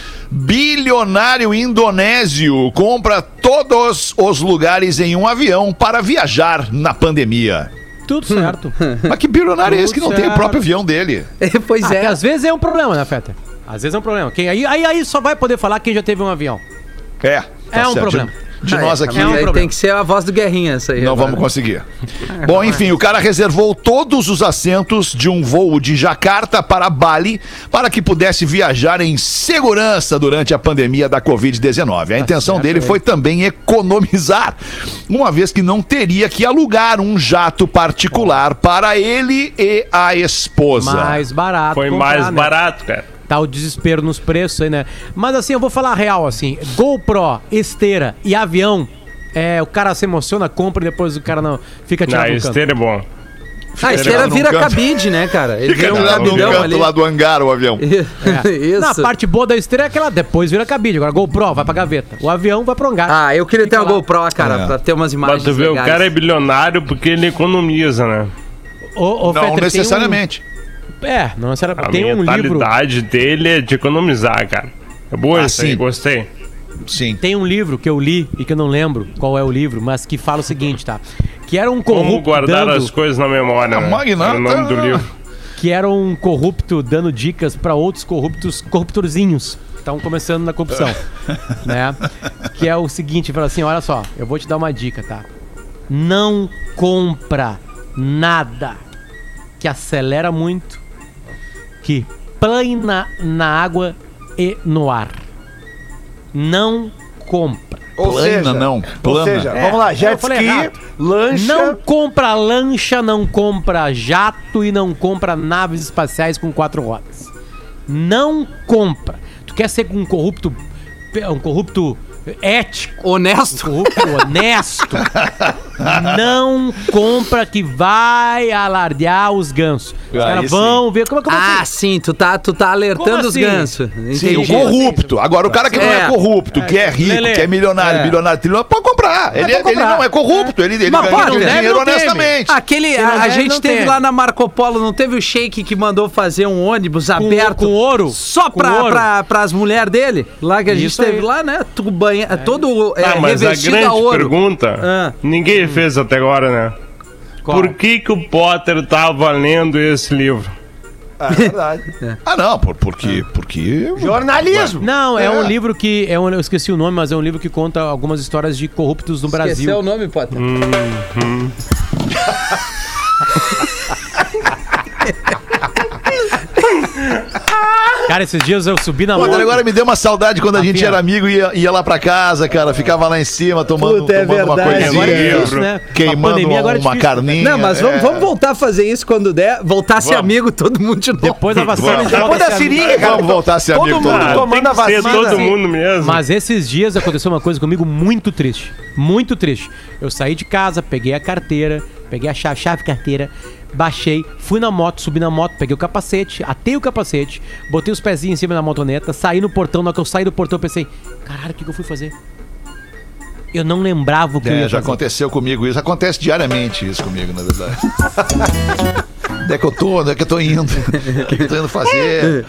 E: Bilionário indonésio compra todos os lugares em um avião para viajar na
F: *laughs*
E: pandemia.
H: Tudo certo.
E: Mas que bilionário é esse que não
H: Tudo
E: tem o
H: certo.
E: próprio avião dele?
F: *laughs* pois
H: Ah, que
F: é.
H: às vezes é um problema, né, Feta? Às vezes é um problema. Quem, aí, aí, aí só vai poder falar quem já teve um avião.
E: É.
H: É um problema.
E: De, de
F: Ah, é,
E: nós aqui.
F: mas
H: um
F: aí
H: problema.
F: tem que ser a voz do Guerrinha essa aí.
E: Não
F: agora.
E: vamos conseguir. Bom, enfim, o cara reservou todos os assentos de um voo de Jacarta para Bali para que pudesse viajar em segurança durante a pandemia da Covid-19. A intenção dele foi também economizar, uma vez que não teria que alugar um jato particular para ele e a esposa.
H: Mais barato.
G: Foi
H: comprar,
G: mais
H: né?
G: barato, cara.
H: Tá o desespero nos preços aí, né? Mas assim, eu vou falar a real, assim. GoPro, esteira e avião. É, o cara se emociona, compra e depois o cara não fica
G: Na
H: tirado do canto.
G: esteira é bom.
F: Ah, a esteira
E: Fica
F: vira
E: num canto.
F: cabide, né, cara? Ele
E: Fica
F: vira
E: do
F: um
E: lado do
F: cabidão
E: canto
F: ali.
E: lá do hangar o avião.
F: *laughs*
G: É
F: Isso.
H: Não, a parte boa da esteira é aquela depois vira cabide. Agora GoPro vai pra gaveta. O avião vai pro hangar.
F: Ah, eu queria ter
H: Fica
F: uma
H: lá.
F: GoPro, cara,
E: É.
F: pra ter umas imagens
G: Mas tu vê, o
F: legais.
G: cara é bilionário porque ele economiza, né?
H: Ô, ô, Fetter,
E: Não
H: tem um-
E: necessariamente.
H: É, não
G: A
H: necessariamente. Tem um livro.
G: mentalidade dele é de economizar, cara. É boa
E: Ah,
G: isso aí,
E: sim.
G: gostei.
E: Sim.
H: Tem um livro que eu li e que eu não lembro qual é o livro, mas que fala o seguinte, tá? Que era um corrupto
G: Como guardar
H: dando,
G: as coisas na memória.
E: Ah,
G: né?
E: magnata.
G: Era o nome do livro.
H: que era um corrupto dando dicas pra outros corruptos, corruptorzinhos. que Estavam começando
G: *laughs*
H: na corrupção, né? Que é o seguinte, fala assim, olha só, eu vou te dar uma dica, tá? Não compra nada que acelera muito, que plana na água e no ar. Não compra.
D: Ou
E: plana
D: seja-
E: não,
D: Ou
E: plana.
D: seja, vamos lá,
H: eu
D: jet
H: falei
D: ski,
H: errado.
D: lancha...
H: Não compra lancha, não compra jato e não compra naves espaciais com quatro rodas. Não compra. Tu quer ser um corrupto, um corrupto ético, um
F: Honesto.
H: corrupto honesto?
F: *laughs*
H: não compra que vai alardear os gansos. Os caras vão ver como, como
F: Ah,
H: assim?
F: sim, tu tá, tu tá alertando
H: Como
F: os
H: assim?
F: gansos.
E: Sim, o corrupto. Agora, o cara que não é
F: É.
E: corrupto, que é rico,
H: Lelê.
E: que é milionário,
H: É.
E: bilionário, trilionário, pode comprar. Ele,
H: pode
E: ele
H: comprar.
E: não é corrupto, ele, ele
F: Mas
E: ganha
F: pode,
E: aquele
F: deve, Ah.
E: dinheiro
H: não teme.
E: honestamente.
F: Aquele,
H: Se não
F: a, a
H: deve,
F: gente
H: não
F: teve
H: tem.
F: lá na Marco Polo, não teve o Sheik que mandou fazer um ônibus aberto
H: com ouro?
F: só
H: Com
F: pra,
H: ouro?
F: pra, pras mulheres dele? Lá que a gente
H: Isso
F: teve
H: aí.
F: lá, né? Tu banha, Todo é,
G: Ah, mas a
F: revestido
G: grande
F: a ouro.
G: pergunta,
F: Ah.
G: ninguém fez até agora, né?
H: Qual?
G: Por que que o Potter tava lendo esse livro?
D: É verdade.
E: Ah, não, por, porque, porque...
D: Jornalismo.
H: Não, é,
E: É.
H: um livro que. É um, eu esqueci o nome, mas é um livro que conta algumas histórias de corruptos no Brasil.
F: Esqueceu o nome, Potter?
G: Hum,
H: Cara, esses dias eu subi na
E: Pô,
H: moto.
E: cara, agora me deu uma saudade quando a gente
H: Rafinha.
E: era amigo e ia, ia lá pra casa, cara. Ficava lá em cima tomando,
D: Puta, é
E: tomando uma
D: verdade.
E: coisinha.
G: Agora é
H: É
G: difícil,
H: difícil, né? Com a
E: Queimando
H: pandemia, agora é
E: uma
H: difícil.
E: carninha.
F: Não, mas vamos,
E: é.
F: vamos voltar a fazer isso quando der. Voltar a ser
E: Vamos.
F: amigo, todo mundo de novo.
H: Depois da vacina, a gente
D: Depois
H: volta a
D: da
H: ser amigo.
D: seringa, cara.
E: Vamos voltar a ser
D: todo
E: amigo, todo
D: Mundo
E: mundo.
D: tomando a
G: Ah, Tem que ser
D: vacina.
G: todo mundo mesmo.
H: Mas esses dias aconteceu uma coisa comigo muito triste. Muito triste. Eu saí de casa, peguei a carteira, peguei a chave, chave carteira, baixei, fui na moto, subi na moto, peguei o capacete, atei o capacete, botei os pezinhos em cima da motoneta, saí no portão. Na hora que eu saí do portão, eu pensei, caralho, o que, que eu fui fazer? Eu não lembrava o que eu
E: É,
H: ia
E: já
H: fazer.
E: aconteceu comigo isso. Acontece diariamente isso comigo, na verdade. *laughs* Onde é que eu tô? Onde é que eu tô indo? *laughs* O que que eu tô indo fazer?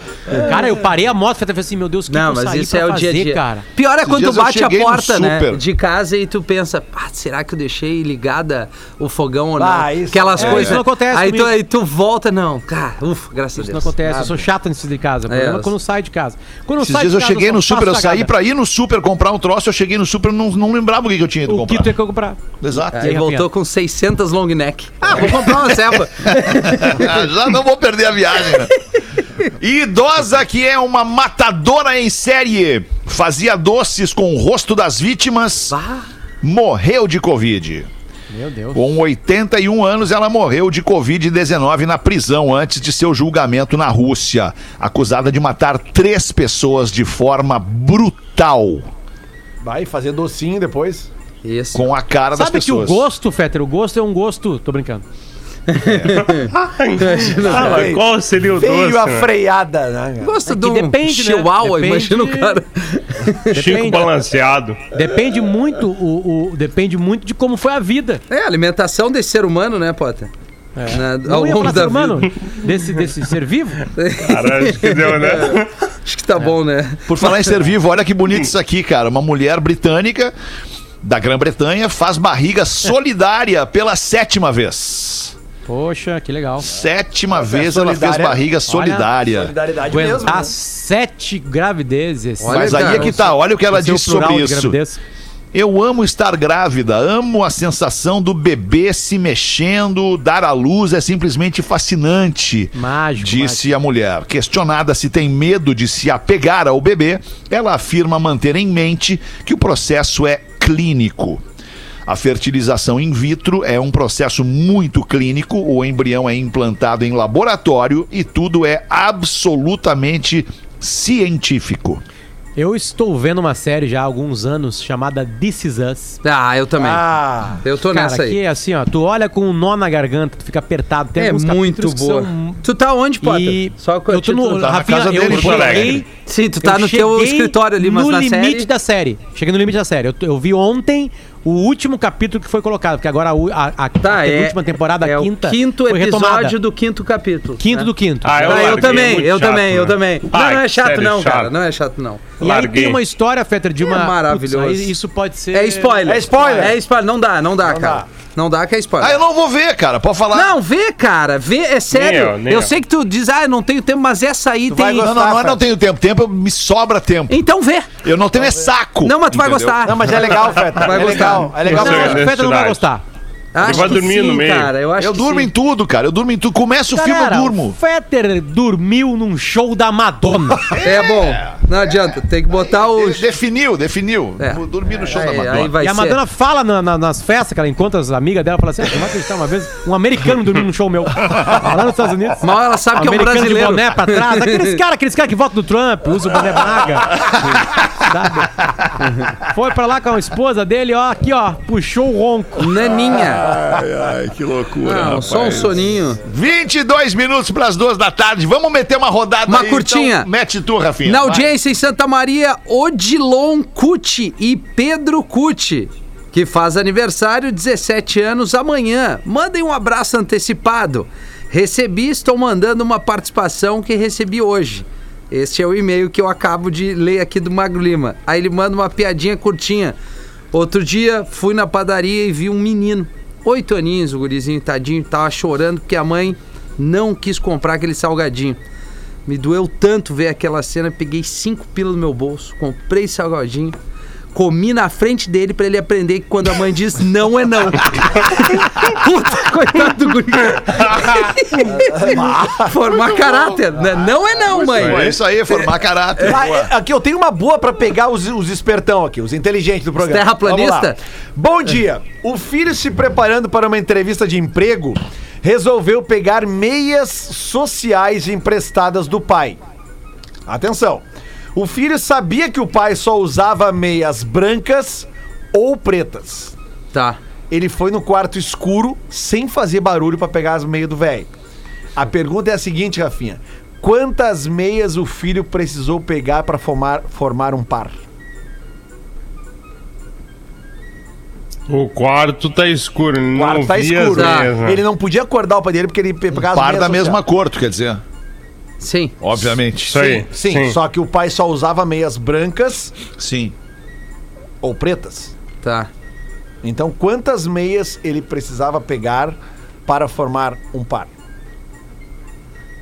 H: Cara, eu parei a moto, falei assim, meu Deus, o que,
F: Não,
H: que eu
F: mas
H: saí
F: isso
H: pra
F: é o
H: fazer,
F: dia a dia.
H: cara?
F: Pior é
E: Esses
F: quando
E: dias eu
F: bate a
E: cheguei no
F: porta, né?
E: super.
F: De casa e tu pensa, "Ah, será que eu deixei ligada o fogão ou não?
D: Ah, isso-
F: Aquelas
H: é,
F: coisas.
H: isso não acontece
F: aí, tu,
H: comigo.
F: aí tu volta, não. Cara, ufa, graças
H: Isso
F: a
H: não
F: Deus.
H: acontece, eu sou chato antes de casa. O
F: É,
H: problema é
F: eu-
H: quando eu saio de casa. Quando
E: Esses
H: saio
E: dias
H: de
E: eu
H: casa,
E: cheguei
H: só
E: no super, eu
H: faço
E: saí
H: cagada.
E: pra ir no super comprar um troço, eu cheguei no super, não, não lembrava o que que eu tinha ido
H: O é-
E: comprar.
H: que tu tem que comprar?
E: Exato.
F: Aí voltou com 600 long
H: *laughs*
F: neck. Ah, vou comprar uma cepa.
E: Ah, *laughs* Já não vou perder a viagem. né? Idosa que é uma matadora em série, fazia doces com o rosto das vítimas, morreu de Covid.
H: Meu Deus.
E: Com 81 anos, ela morreu de Covid-19 na prisão antes de seu julgamento na Rússia, acusada de matar três pessoas de forma brutal
D: Vai fazer docinho depois.
F: *laughs* Isso.
H: *laughs*
E: com a cara das
H: Sabe que o
E: pessoas.
H: gosto, Fetter, o gosto é um gosto. Tô brincando.
G: Ah, mas qual seria o doce?
D: Veio a
G: né?
D: freada, né? cara?
F: Gosto
H: É que
F: do
H: depende, né?
F: um chihuahua,
H: Depende-
F: imagina o cara.
G: Chico
H: Depende.
G: balanceado.
H: Depende muito, o, o- depende muito de como foi a vida.
F: É, alimentação desse ser humano, né, Potter? Na- ao
H: É. Não ia
F: longo
H: pra
F: da vida.
H: ser humano desse, desse ser vivo.
G: Cara, acho que deu, né?
F: Acho que tá
H: É.
F: bom, né?
E: Por falar em ser vivo, olha que bonito isso aqui, cara. Uma mulher britânica da Grã-Bretanha faz barriga solidária pela sétima vez.
H: Poxa, que legal.
E: Sétima vez ela fez
D: solidária.
E: barriga solidária.
D: Solidariedade mesmo.
H: Aguentar
D: né?
H: sete gravidezes.
F: Olha,
E: Mas aí
F: cara,
E: é que tá, olha o que ela
H: Esse é o
E: disse sobre
H: plural de
E: isso.
H: gravidez.
E: Eu amo estar grávida, amo a sensação do bebê se mexendo, dar à luz é simplesmente fascinante.
H: Mágico,
E: Disse a mulher. Questionada se tem medo de se apegar ao bebê, ela afirma manter em mente que o processo é clínico. A fertilização in vitro é um processo muito clínico, o embrião é implantado em laboratório e tudo é absolutamente científico.
H: Eu estou vendo uma série já há alguns anos chamada This Is Us.
F: Ah, eu também.
D: Ah,
F: eu tô nessa
H: Cara,
F: aí.
H: que é assim, ó, tu olha com um nó na garganta, tu fica apertado. Tem
F: É
H: alguns
F: muito
H: capítulos que
F: boa.
H: são-
F: Tu tá onde, Potter?
H: E
F: Só com a
H: eu tô no,
F: título-
E: na
H: Rafinha,
E: casa
H: eu
E: dele, em Porto Alegre.
H: cheguei-
F: Sim, tu tá
H: eu
F: no teu
H: cheguei
F: escritório ali, mas
H: no
F: na
H: limite
F: série...
H: da série. Cheguei no limite da série. Eu, eu vi ontem o último capítulo que foi colocado, porque agora a, u- a, a,
F: Tá,
H: a
F: é,
H: última temporada,
F: é
H: a
F: o
H: quinta,
F: quinto
H: foi
F: episódio
H: retomada.
F: do quinto capítulo.
H: Quinto
F: né?
H: do quinto.
G: Ah,
F: Ah, eu
G: larguei, é
F: também,
G: muito
F: eu
G: chato,
F: também, eu
G: né?
F: também.
G: Ah,
F: não, não é
G: que
F: chato
G: série
F: não, cara,
G: chata.
F: não é chato não.
H: e aí
G: larguei.
H: tem uma história, Fetter, de
F: É
H: uma... putz,
F: maravilhoso.
H: aí isso pode ser...
F: É spoiler.
D: É spoiler.
F: É spoiler, não dá, não dá,
D: Não
F: cara.
D: dá.
F: Não dá que é spoiler.
E: Ah, eu não vou ver, cara, pode falar.
F: Não, vê, cara, vê, é sério.
G: eu, nem
F: eu
G: eu.
F: sei que tu diz, ah, eu não tenho tempo, mas essa aí
D: vai
F: tem.
E: Não, não, não, eu não tenho tempo. Tempo me sobra tempo.
F: Então vê.
E: Eu não tenho é saco.
F: Não, mas tu vai
E: entendeu?
F: gostar.
D: Não, mas é legal, Feta.
F: Vai
D: é
F: gostar.
D: legal. É legal.
H: Não,
G: Sim,
H: acho que o Fetter não vai
G: necessidade.
H: gostar.
F: Acho
G: vai
F: que
G: dormir
F: sim,
G: no meio.
F: Cara, eu acho
E: Eu
F: que
E: durmo
F: sim.
E: em tudo, cara. Eu durmo em tudo. Começa o filme, eu
H: Galera,
E: durmo.
H: O Fetter dormiu num show da Madonna.
F: É bom. Não adianta, tem que botar o.
E: De- definiu, definiu.
F: É.
E: Dormir no show da
F: Aí,
E: Madonna.
F: aí vai
H: e a
F: ser.
H: Madonna fala na- na- nas festas que ela encontra as amigas dela, fala assim: "Ah, não vai acreditar uma vez, um americano dormiu num show meu. Lá nos Estados Unidos.
F: Mal ela sabe que é um
H: americano de
F: brasileiro.
H: boné pra trás. Aqueles caras aqueles cara que votam no Trump, usam o boné braga. Sabe? Foi pra lá com a esposa dele, ó, aqui, ó, puxou o ronco.
F: Naninha.
E: Ai, ai, que loucura.
F: Não,
E: rapaz.
F: só um soninho.
E: 22 minutos pras duas da tarde. Vamos meter uma rodada
F: Uma
E: aí,
F: curtinha.
E: então. mete tu, Rafinha.
F: Na
E: vai.
F: audiência em Santa Maria, Odilon Cuti e Pedro Cuti, que faz aniversário 17 anos amanhã. Mandem um abraço antecipado. Recebi, estou mandando uma participação que recebi hoje. Este é o e-mail que eu acabo de ler aqui do Magro Lima. Aí ele manda uma piadinha curtinha. Outro dia fui na padaria e vi um menino, oito aninhos, o gurizinho tadinho, tava chorando porque a mãe não quis comprar aquele salgadinho. Me doeu tanto ver aquela cena, peguei cinco pila no meu bolso, comprei salgadinho, comi na frente dele pra ele aprender que quando a mãe diz não é não. Puta, coitado do guri. Formar caráter, né? Não é não,
E: Pô, é
F: mãe.
E: isso aí, formar caráter.
D: Ah,
E: boa.
D: é- aqui eu tenho uma boa pra pegar os, os espertão aqui, os inteligentes do programa.
F: terraplanista?
D: Vamos lá. Bom dia. O filho se preparando para uma entrevista de emprego resolveu pegar meias sociais emprestadas do pai. Atenção. O filho sabia que o pai só usava meias brancas ou pretas.
F: Tá.
D: Ele foi no quarto escuro, sem fazer barulho, pra pegar as meias do velho. A pergunta é a seguinte, Rafinha: quantas meias o filho precisou pegar pra formar, formar um par?
G: O quarto tá escuro, ele
D: O
G: não
D: quarto tá
G: vi as
D: escuro.
F: tá.
G: meias, né? Um
D: Ele não podia acordar o pai dele porque ele pegava as
E: Par da
D: sociais.
E: mesma cor, tu quer dizer?
F: Sim.
E: Obviamente.
G: Isso aí.
D: Sim, só que o pai só usava meias brancas
E: Sim.
D: ou pretas.
F: Tá.
D: Então, quantas meias ele precisava pegar para formar um par?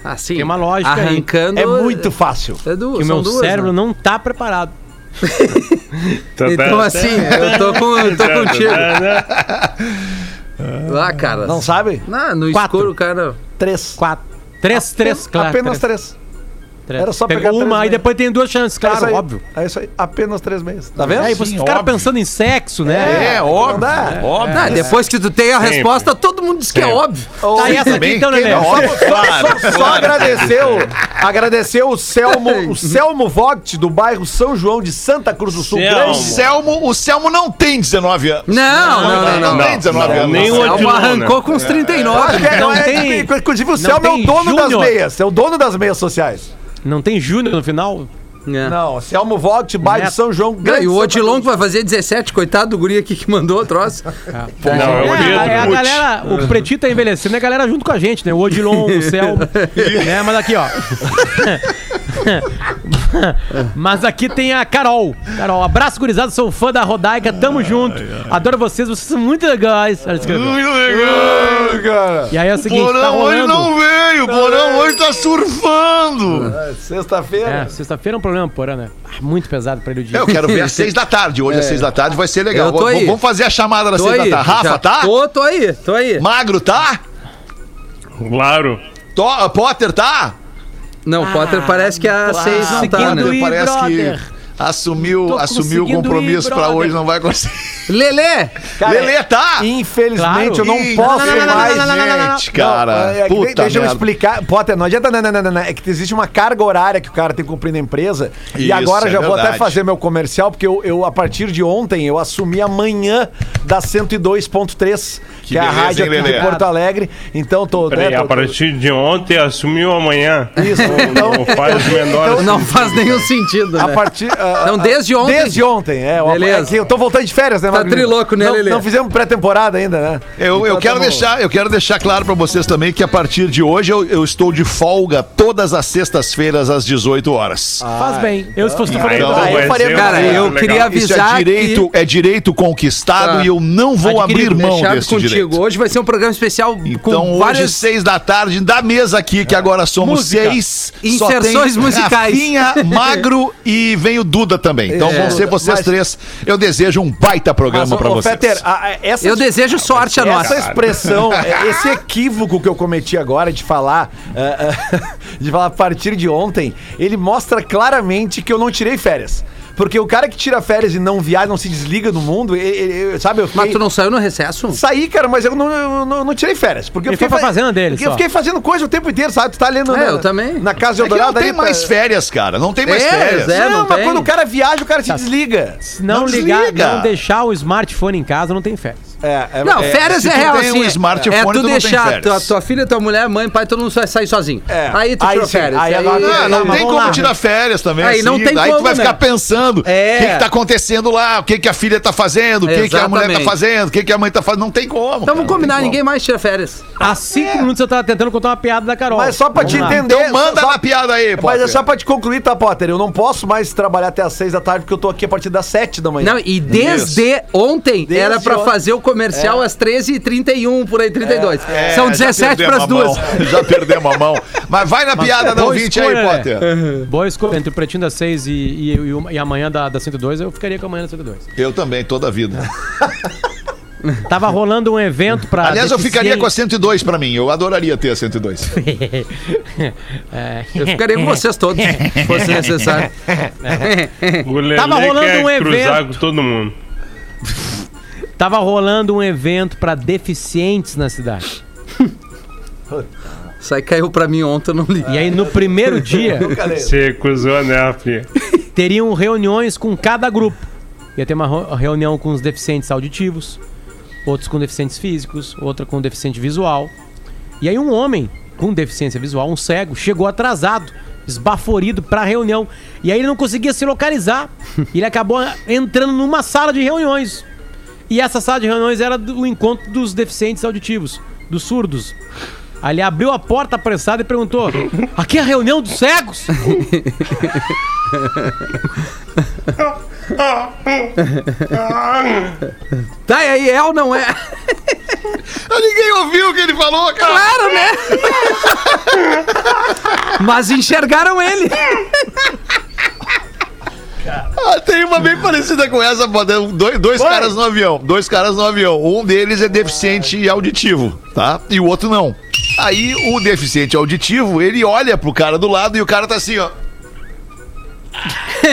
F: Assim.
H: Tem uma lógica aí.
F: arrancando
D: É muito fácil.
F: É du-
H: Que o
F: são
H: meu
F: duas,
H: cérebro
F: né?
H: não tá preparado.
G: Tá-
F: Então
G: tá-
F: assim, eu tô, com,
H: *laughs*
F: eu tô
G: tá-
F: contigo.
G: tá- tá-
F: Lá, cara.
D: Não sabe?
F: Não, no
H: Quatro.
F: escuro, cara.
D: Três.
H: Quatro. Três, três, claro.
D: Apenas
H: três.
D: três.
H: três.
D: era só
H: Pegou
D: pegar três
H: uma, aí
D: meias.
H: depois tem duas
D: É
H: chances,
D: isso
H: claro,
D: aí.
H: Tá, óbvio.
D: É isso aí. Apenas três meias. Tá vendo?
H: É, e vocês
E: Sim,
H: ficaram
E: óbvio.
H: pensando em sexo, né?
E: É,
D: Não
E: óbvio.
D: dá.
G: É,
E: Óbvio.
F: Ah, depois que tu tem a
G: Sempre.
F: resposta, todo mundo diz que é
G: Sempre.
F: óbvio.
D: Ô,
H: Tá aí essa aqui
E: Também
H: então,
E: quem
H: Lelê.
E: não
H: Só-
E: óbvio, claro.
D: Só agradecer o, agradecer o Selmo, o Selmo Vogt, do bairro São João de Santa Cruz do Sul.
G: Selmo.
E: O
D: Grande
E: Selmo, o Selmo não tem 19 anos.
F: Não, não, não, não.
E: tem 19
G: não.
E: anos.
G: Nem o
F: Selma
G: Odilon, né?
F: arrancou com uns
D: Eu acho
F: 39.
D: que é-
H: Não
D: é-
H: tem-
D: inclusive o
H: não
D: Selmo é o
H: tem
D: dono das
H: júnior.
D: meias. É o dono das meias sociais.
H: Não tem Júnior no final?
F: É.
D: Não, Selmo Vogt, bairro
H: Neto.
D: São João
F: Não,
D: Grande.
F: e o
D: Santa
F: Odilon
D: Cruz.
F: que vai fazer 17, coitado do guri aqui que mandou o troço.
G: Não, é o
H: É, a- é a
G: Pedro. Putz.
H: galera, o Pretinho tá envelhecendo, é a galera junto com a gente, né? O Odilon, o Selmo, né? Mas aqui, ó. Mas aqui tem a Carol. Carol, abraço gurizada, sou fã da Rodaica, tamo junto. Adoro vocês, vocês são muito legais. Ela escreveu.
E: Muito legal.
H: E aí é o seguinte, tá
E: Porão hoje
H: rolando.
E: não veio, o Porão
F: É.
E: hoje tá surfando.
D: É, Sexta-feira.
H: É, sexta-feira é um problema, porém, né? Ah, Muito pesado pra ele o dia.
E: É, Eu quero
F: *laughs*
E: ver às seis da tarde. Hoje às seis da tarde vai ser legal.
F: É. Eu tô aí.
E: Vamos vamos fazer a chamada às
F: Tô
E: seis da
F: aí.
E: tarde. Rafa,
F: já
E: tá?
F: Tô, tô aí, tô aí.
E: Magro, tá?
G: Claro.
E: To- Potter, tá?
F: Não, o Potter parece que a 6 não tá,
H: seguindo
F: né?
H: ir,
E: parece
H: brother.
E: que assumiu,
H: Tô
E: assumiu o
H: conseguindo
E: compromisso
H: ir,
E: pra
H: brother.
E: hoje, não vai
F: *laughs*
E: conseguir.
F: Lelê!
D: Cara,
E: Lelê, tá?
D: Infelizmente,
H: Claro.
D: eu não
E: Ih, não,
D: posso
E: não, não,
D: mais.
E: não, não, não, não, não, não. Gente, cara,
D: é que
E: puta
D: de- deixa eu
E: merda.
D: explicar. Potter, não adianta. Não, não, não, não, não. É que existe uma carga horária que o cara tem que cumprir na empresa. e
E: Isso,
D: agora
E: é
D: já vou até
E: verdade.
D: fazer meu comercial, porque eu, eu, a partir de ontem, eu assumi amanhã da 102.3, que, é a
E: beleza,
D: rádio
E: hein,
D: aqui de
E: Lelê?
D: Porto Alegre. Então, tô.
G: Peraí,
D: né, tô-
G: a
D: tô-
G: partir de ontem assumiu amanhã. *laughs*
D: Isso, então.
G: Não, não faz o menor
F: Não faz nenhum sentido,
D: A
F: né?
D: partir. ah,
F: Não,
D: ah,
F: desde ontem.
D: Desde ontem, é. o-
F: Beleza.
D: é que eu tô voltando de férias, né,
F: Tá
D: Magrinho?
F: triloco, né,
D: não,
F: Lelê?
D: Não fizemos pré-temporada ainda, né?
E: Eu, eu,
F: tá
D: Então,
E: quero
D: tamo-
E: deixar, eu quero deixar claro pra vocês também que a partir de hoje eu, eu estou de folga todas as sextas-feiras às 18 horas.
F: Ah.
H: Faz bem. Eu, se fosse tu,
G: Aí
H: faria
E: Então,
H: igual.
D: vai
G: vai
D: faria-
G: ser
F: Cara,
G: muito
F: eu
G: legal.
F: queria
E: Isso é
F: avisar
E: direito, é direito conquistado
F: Tá.
E: e eu não vou
F: Adquirido,
E: abrir mão
F: deixado
E: desse
F: contigo.
E: direito.
F: Hoje vai ser um programa especial
E: Então,
F: com
E: hoje,
F: várias... É.
E: seis da tarde, da mesa aqui, que agora somos seis. só tem
F: Inserções musicais. *laughs*
E: Rafinha, Magro e vem o Duda também. Então
F: É. Ah,
E: vão ser vocês
D: Mas-
E: três. Eu desejo um baita programa
D: Mas,
E: pra
D: Ah, ô,
E: vocês. É
D: Fetter, a- a- essa
F: Eu desejo sorte a nós.
D: Essa expressão, é, esse equívoco que eu cometi agora de falar, é, é, *laughs* de falar a partir de ontem, ele mostra claramente que eu não tirei férias. Porque o cara que tira férias e não viaja, não se desliga do mundo, ele- ele- sabe? Eu
F: Mas
D: fiquei,
F: tu não saiu no recesso?
D: Saí, cara, mas eu não, eu não, eu não tirei férias. Porque
H: Ele
D: eu fiquei
H: foi pra
D: fa-
H: fazenda dele
D: porque Eu
H: só.
D: fiquei fazendo coisa o tempo inteiro, sabe? Tu tá lendo
F: É, eu também.
D: na Casa de
E: É que não
D: Eldorado.
E: tem
D: ali,
E: mais
D: tá-
E: férias, cara. Não tem mais
F: É,
E: férias.
F: Zé.
D: Não,
F: não
D: mas
F: tem.
D: quando o cara viaja, o cara se
H: Tá.
D: desliga.
H: Se não, ligar,
E: desliga.
H: não deixar o smartphone em casa, não tem férias.
D: É, é-
F: Não,
D: é-
F: férias
E: se
F: é
E: tu
F: real,
E: tem um
F: assim. é-
E: smartphone,
F: é
E: tu
F: tu
E: não tem
F: deixar
E: férias.
F: tua, tua filha, tua mulher, mãe, pai, todo mundo sai sair sozinho.
D: É.
F: Aí tu
D: Aí
F: tirou
D: sim,
F: férias. Então
D: aí agora-
F: é,
E: Ah,
D: Mas
E: não tem
D: vamos
E: como
D: lá.
E: tirar férias também. assim.
F: Aí não tem
E: Aí tu
F: como,
E: vai
F: né?
E: ficar pensando o
F: É.
E: que, que tá acontecendo lá, o que, que a filha tá fazendo, o que, que a mulher tá
F: Exatamente.
E: fazendo, o que, que a mãe tá fazendo. Não tem como.
F: Então
E: cara,
F: vamos
E: não tem
F: combinar,
E: como.
F: ninguém mais tira férias.
H: Há cinco minutos eu tava tentando contar uma piada da Carol.
D: Mas só pra te
H: Vamos lá.
D: entender.
E: Então manda
D: só-
E: na piada aí, pô.
D: Mas é só pra te concluir, tá, Potter? Eu não posso mais trabalhar até as seis da tarde, porque eu tô aqui a partir das sete da manhã.
F: Não, e desde ontem
D: Desde
F: era pra
D: ontem.
F: fazer o comercial às 13h31, por aí, 32.
E: É,
F: São
E: já
F: 17
E: perdemos
F: pras
E: a mão.
F: duas.
E: Já perdemos a mão. Mas vai na piada da
H: boa
E: ouvinte aí,
H: escolha, né?
E: Potter.
H: Boa escolha. Entre o Pretinho das 6 e, e, e, o- e amanhã da, da 102, eu ficaria com amanhã da 102.
E: Eu também, toda a vida.
H: Tava rolando um evento pra.
E: Aliás, eu ficaria com a
H: deficientes-
E: 102 pra mim. Eu adoraria ter a 102.
H: É.
F: Eu
E: *laughs*
F: ficaria com vocês todos, se fosse necessário.
G: Gulelê
H: Tava rolando
G: quer
H: um
G: cruzar
H: evento.
G: com todo mundo.
H: Tava rolando um evento pra deficientes na cidade.
F: Isso aí caiu pra mim ontem, eu não li.
H: E aí, no primeiro dia,
G: Você cruzou, né, filha?
H: teriam reuniões com cada grupo. Ia ter uma ro- reunião com os deficientes auditivos, outros com deficientes físicos, outra com deficiente visual. E aí um homem com deficiência visual, um cego, chegou atrasado, esbaforido pra reunião. E aí ele não conseguia se *laughs* localizar. Ele acabou entrando numa sala de reuniões. E essa sala de reuniões era do encontro dos deficientes auditivos, dos surdos. Aí ele abriu a porta apressada e perguntou: Aqui é a reunião dos cegos?
F: Tá, e aí é ou não é?
E: Ninguém ouviu o que ele falou, cara.
F: Claro,
H: *laughs*
F: né? Mas enxergaram ele. *laughs*
E: Ah, tem uma bem parecida com essa, pô. Dois, dois caras no avião. Dois caras no avião. Um deles é deficiente auditivo, tá? E o outro não. Aí o deficiente auditivo, ele olha pro cara do lado e o cara tá assim, ó.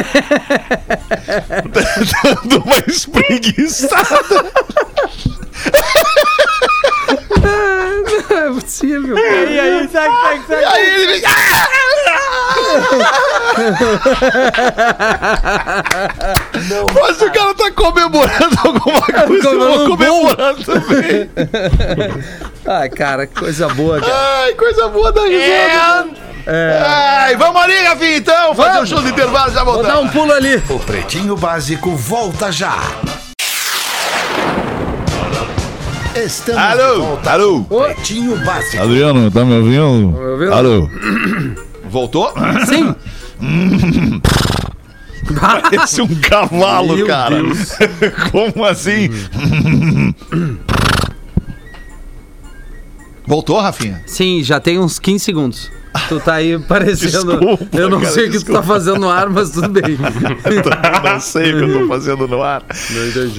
E: *laughs* Dando uma espreguiçada.
F: Não é possível.
H: E aí, segue, segue, segue.
E: E aí ele vem. "Ah!" Mas o cara tá comemorando alguma coisa, eu vou comemorar também.
F: Ah, cara, que coisa boa, cara.
E: Ai, coisa boa da risada. né? Ai, vamos ali, Gafinha, então. Fazer um show de intervalo já
F: Vou dar
E: voltamos.
F: um pulo ali.
C: O Pretinho Básico volta já. Estamos de
E: Alô,
C: volta.
E: alô.
C: Pretinho Básico.
E: Adriano, tá me ouvindo?
F: ouvindo?
E: Alô. Voltou? *laughs*
F: Sim.
E: Parece um cavalo,
F: Meu
E: cara.
F: Deus.
E: *laughs* Como assim? Voltou, Rafinha?
F: Sim, já tem uns 15 segundos. Tu tá aí parecendo.
E: Desculpa,
F: eu não
E: cara,
F: sei o que tu tá fazendo no ar, mas tudo bem.
E: Então, Não sei o que eu tô fazendo no ar.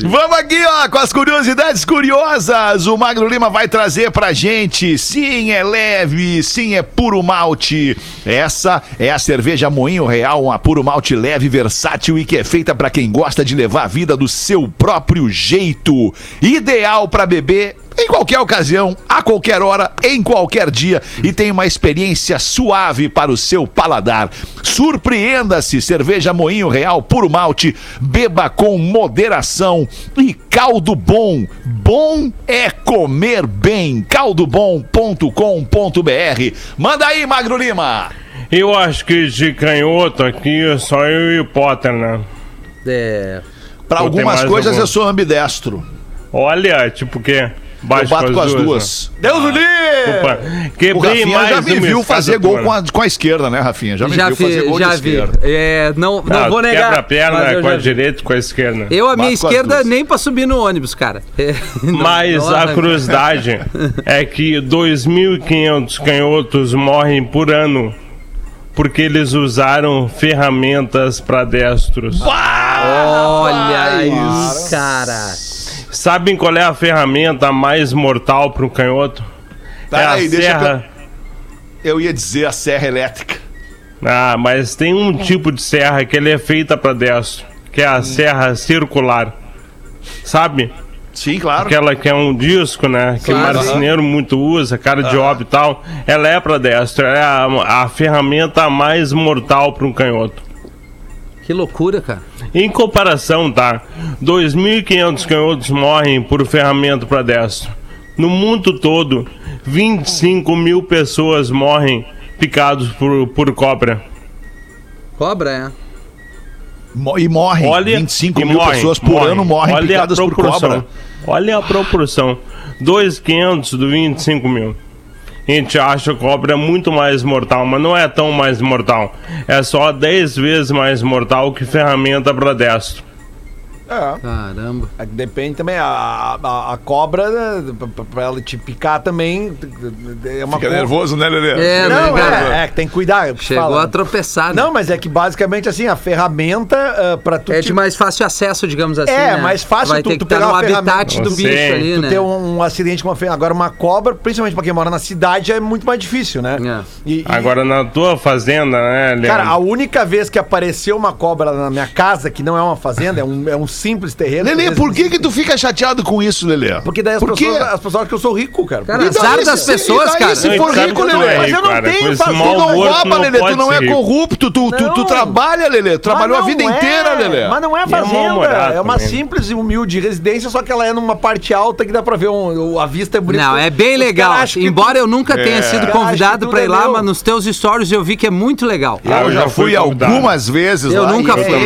E: Vamos aqui, ó, com as curiosidades curiosas. O Magro Lima vai trazer pra gente. Sim, é leve, sim, é puro malte. Essa é a cerveja Moinho Real, uma puro malte leve, versátil e que é feita pra quem gosta de levar a vida do seu próprio jeito. Ideal pra beber em qualquer ocasião, a qualquer hora, em qualquer dia e tem uma experiência suave para o seu paladar. Surpreenda-se, cerveja Moinho Real puro malte, beba com moderação e caldo bom. Bom é comer bem. caldobom.com.br. Manda aí, Magro Lima.
G: Eu acho que de canhoto aqui é só eu e o Potter, né?
F: É.
E: Para
G: Pô, tem
E: algumas
G: mais
E: coisas
G: alguma?
E: eu sou ambidestro.
G: Olha, tipo que
E: Eu
G: baixo
E: bato com as
G: né?
E: duas. É.
D: Deus
F: Ah.
D: o livre!
G: Opa,
E: O
G: quebrei
E: Rafinha
G: mais
E: já me
G: uma
E: viu
G: escada
E: fazer
G: tua,
E: gol
G: né?
E: com a, com a esquerda, né, Rafinha? Já me
F: Já
E: viu fazer
F: vi,
E: gol
F: já
E: de
F: vi.
E: esquerda.
F: É, não, não
G: Ah,
F: vou negar.
G: Quebra a
F: mas eu
G: perna com
F: já
G: a
F: vi.
G: direita com a esquerda.
F: Eu, a minha
E: Marco as
F: esquerda,
E: duas.
F: nem pra subir no ônibus, cara. *laughs* É, não-
G: Mas
F: não
G: a
F: arranca.
G: curiosidade é que 2.500 canhotos morrem por ano porque eles usaram ferramentas para destros.
F: Olha isso, cara.
G: Sabem qual é a ferramenta mais mortal para um canhoto? é a
E: Tá, Peraí, deixa eu
G: serra.
E: Eu ia dizer a serra elétrica.
G: Ah, mas tem um tipo de serra que ele é feita para destro, que
E: Hum.
G: é a serra circular. Sabe?
E: Sim, claro.
G: Aquela que é um disco, né? Que o
E: Claro.
G: marceneiro muito usa, cara de óbito e tal. Ela é para destro, é a, a ferramenta mais mortal para um canhoto.
F: Que loucura, cara.
G: Em comparação, tá? 2.500 canhotos morrem por ferramenta para destro. No mundo todo, 25 mil pessoas morrem picados por, por cobra.
F: Cobra, é.
E: Mo- E morrem.
G: Olha,
E: 25
G: e
E: mil
G: morrem,
E: pessoas por ano morrem
G: Olha
E: picadas
G: a
E: por
G: proporção.
E: cobra.
G: Olha a proporção. 2,500 do 25 mil. A gente acha a cobra muito mais mortal, mas não é tão mais mortal. É só 10 vezes mais mortal que ferramenta para destro.
D: É.
F: Caramba.
D: É que Depende também, a, a, a cobra, né, pra- pra ela te picar também, é uma
E: Fica
D: coisa-
E: nervoso, né, Lelê?
F: É, né,
D: Não,
F: cara?
D: é, é que tem que cuidar. é o que
F: Chegou
D: fala.
F: a tropeçar, né?
D: Não, mas é que basicamente assim, a ferramenta ah, pra tu
F: É
D: te-
F: de mais fácil acesso, digamos assim.
D: É,
F: né?
D: mais fácil
F: Vai
D: tu-
F: ter
D: tu
F: que estar
D: pegar
F: no
D: uma
F: habitat
D: ferramenta.
F: do
G: Sim.
F: bicho ali,
D: tu
F: né?
D: ter um, um acidente com uma ferramenta. Agora uma cobra, principalmente pra quem mora na cidade, é muito mais difícil, né?
F: É.
D: E- e-
E: Ah,
G: Agora na tua fazenda, né, Leandro?
D: Cara, a única vez que apareceu uma cobra na minha casa, que não é uma fazenda, é um, é um simples terreno.
E: Lelê,
D: mesmo-
E: por que que tu fica chateado com isso, Lelê?
D: Porque daí as,
E: Por quê? Então,
D: pessoas, as pessoas acham que eu sou rico, cara.
F: Cara,
E: E daí
F: azar
E: se-
F: das
E: e
F: pessoas,
E: daí
F: cara.
E: se
G: Não,
E: for
G: sabe
E: rico,
G: que tu
E: Lelê? Mas
G: é
E: eu
G: rico,
E: não
G: cara.
E: tenho
G: Com
E: fa-
G: esse
E: Tu
G: mau
E: não
G: humor, tu
E: rouba,
G: não
E: Lelê. Tu
G: pode
E: não
G: ser
E: é
G: rico.
E: corrupto. Tu, tu, tu
D: Não.
E: trabalha, Lelê. Trabalhou a
D: Mas
E: vida
D: não é.
E: inteira, Lelê.
D: Mas não é
G: é
D: fazenda.
G: mal-humorado
D: É, uma
G: também.
D: simples e humilde residência, só que ela é numa parte alta que dá pra ver um, a vista é bonita.
F: Não, é bem
D: Os
F: legal.
D: caras acham que
F: Embora
D: tu-
F: eu nunca tenha sido
D: acho
F: convidado
D: que
F: pra
D: tudo
F: ir
D: é
F: lá,
D: meu.
F: mas nos teus stories eu vi que é muito legal.
G: Ah,
E: Eu, já, fui,
G: convidado.
E: algumas vezes
F: Eu
E: lá
F: nunca
E: e é
F: fui.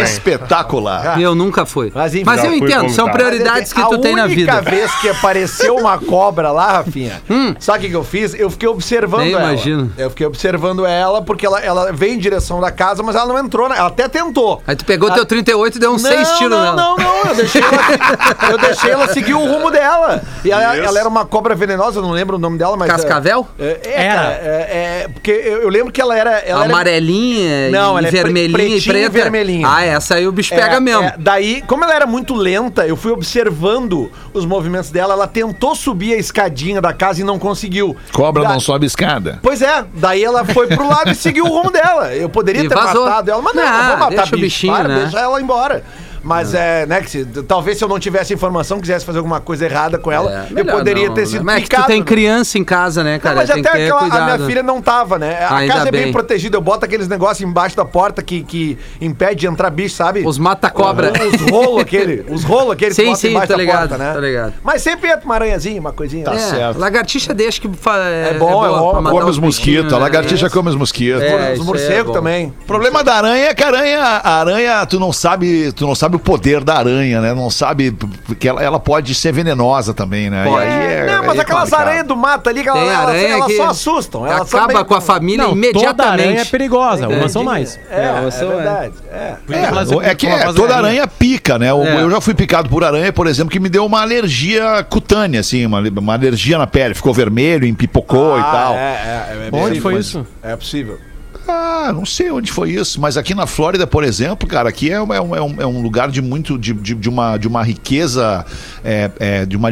E: espetacular.
F: Eu nunca fui. Mas,
D: Mas, enfim,
G: já
F: eu
G: fui
F: entendo, são
G: convidado.
F: é prioridades que
D: é A
F: tu tem na vida. Hum.
D: única vez que apareceu uma cobra lá,
F: *laughs*
D: Rafinha, sabe o que, que eu fiz? Eu fiquei observando
F: Nem
D: ela.
F: imagino.
D: Eu fiquei observando ela, porque ela, ela veio em direção da casa, mas ela não entrou. Na, ela até tentou.
F: Aí tu pegou teu 38 e deu uns
D: Não,
F: seis tiros
D: não,
F: nela.
D: não, não, eu *laughs* deixei ela, eu deixei ela seguir o rumo dela. E ela,
E: Isso.
D: ela era uma cobra venenosa, eu não lembro o nome dela, mas...
F: Cascavel?
D: É, é,
H: Era.
D: cara, é, é, porque eu, eu lembro que ela era... Ela era-
F: Amarelinha
D: Não,
F: e
D: ela é pre-
F: vermelhinha e
D: pretinha e
F: preta.
D: vermelhinha.
F: Ah, essa aí o bicho pega
D: É,
F: mesmo.
D: é, daí, como ela era muito lenta, eu fui observando os movimentos dela. Ela tentou subir a escadinha da casa e não conseguiu.
E: Cobra
D: Da-
E: não sobe escada.
D: Pois é, daí ela foi pro lado e seguiu o rumo dela. Eu poderia
F: E
D: ter
F: vazou.
D: matado ela, mas não,
F: Não,
D: não vou matar
F: deixa o bichinho,
D: para,
F: né?
D: deixa ela embora. Mas é, né, que se- talvez se eu não tivesse informação, quisesse fazer alguma coisa errada com ela,
F: É,
D: eu
F: melhor
D: poderia
F: não,
D: ter
F: né?
D: sido
F: Mas é que tu tem criança em casa, né,
D: Não,
F: cara?
D: mas
F: tem
D: até
F: que ter
D: aquela, a
F: cuidado.
D: minha filha não tava, né? A
F: Ainda
D: casa é bem,
F: bem.
D: protegida. Eu boto aqueles negócios embaixo da porta que, que impede de entrar bicho, sabe?
F: Os mata-cobra.
D: Os, os rolos aquele. Os rolos aquele
F: Sim, sim, tô ligado, tô ligado.
D: né? Mas sempre entra uma aranhazinha, uma coisinha.
F: *laughs*
E: Tá
F: É,
D: né?
F: Lagartixa deixa que fa- é,
D: bom, é bom,
F: pra matar
E: Come os
F: os bichinhos,
E: mosquitos. A
F: né?
E: lagartixa come os mosquitos.
F: É.
D: os
F: isso é
D: morcegos
F: bom.
D: também.
E: O problema da aranha é que a aranha, a aranha, tu não sabe, tu não sabe o poder da aranha, né? Não sabe porque ela, ela pode ser venenosa também, né? E
F: Pode.
E: aí é-
D: não, mas
E: é
D: aquelas
E: complicado.
D: aranhas do mato ali, que
F: Tem
D: elas, elas-
F: aranha
D: elas
F: que
D: só assustam. Elas são
F: acaba
D: meio-
F: com a família
H: Não,
F: imediatamente.
H: toda aranha é perigosa, umas são
F: Entendi.
H: mais.
D: É, é,
F: você vai.
D: verdade. É.
H: Elas-
E: É, é que é,
H: elas-
E: toda aranha pica, né? O-
F: É.
E: Eu já fui picado por aranha, por exemplo, que me deu uma alergia cutânea, assim, uma, uma alergia na pele. Ficou vermelho, empipocou e
D: Ah,
E: tal.
D: É, é, é,
E: Onde
D: possível,
H: foi
D: mas-
H: isso?
D: É possível.
E: Ah, não sei onde foi isso, mas aqui na Flórida, por exemplo, cara, aqui é, um- é um, é um- é um lugar de muito, de, de- de uma, de uma riqueza, é, é, de uma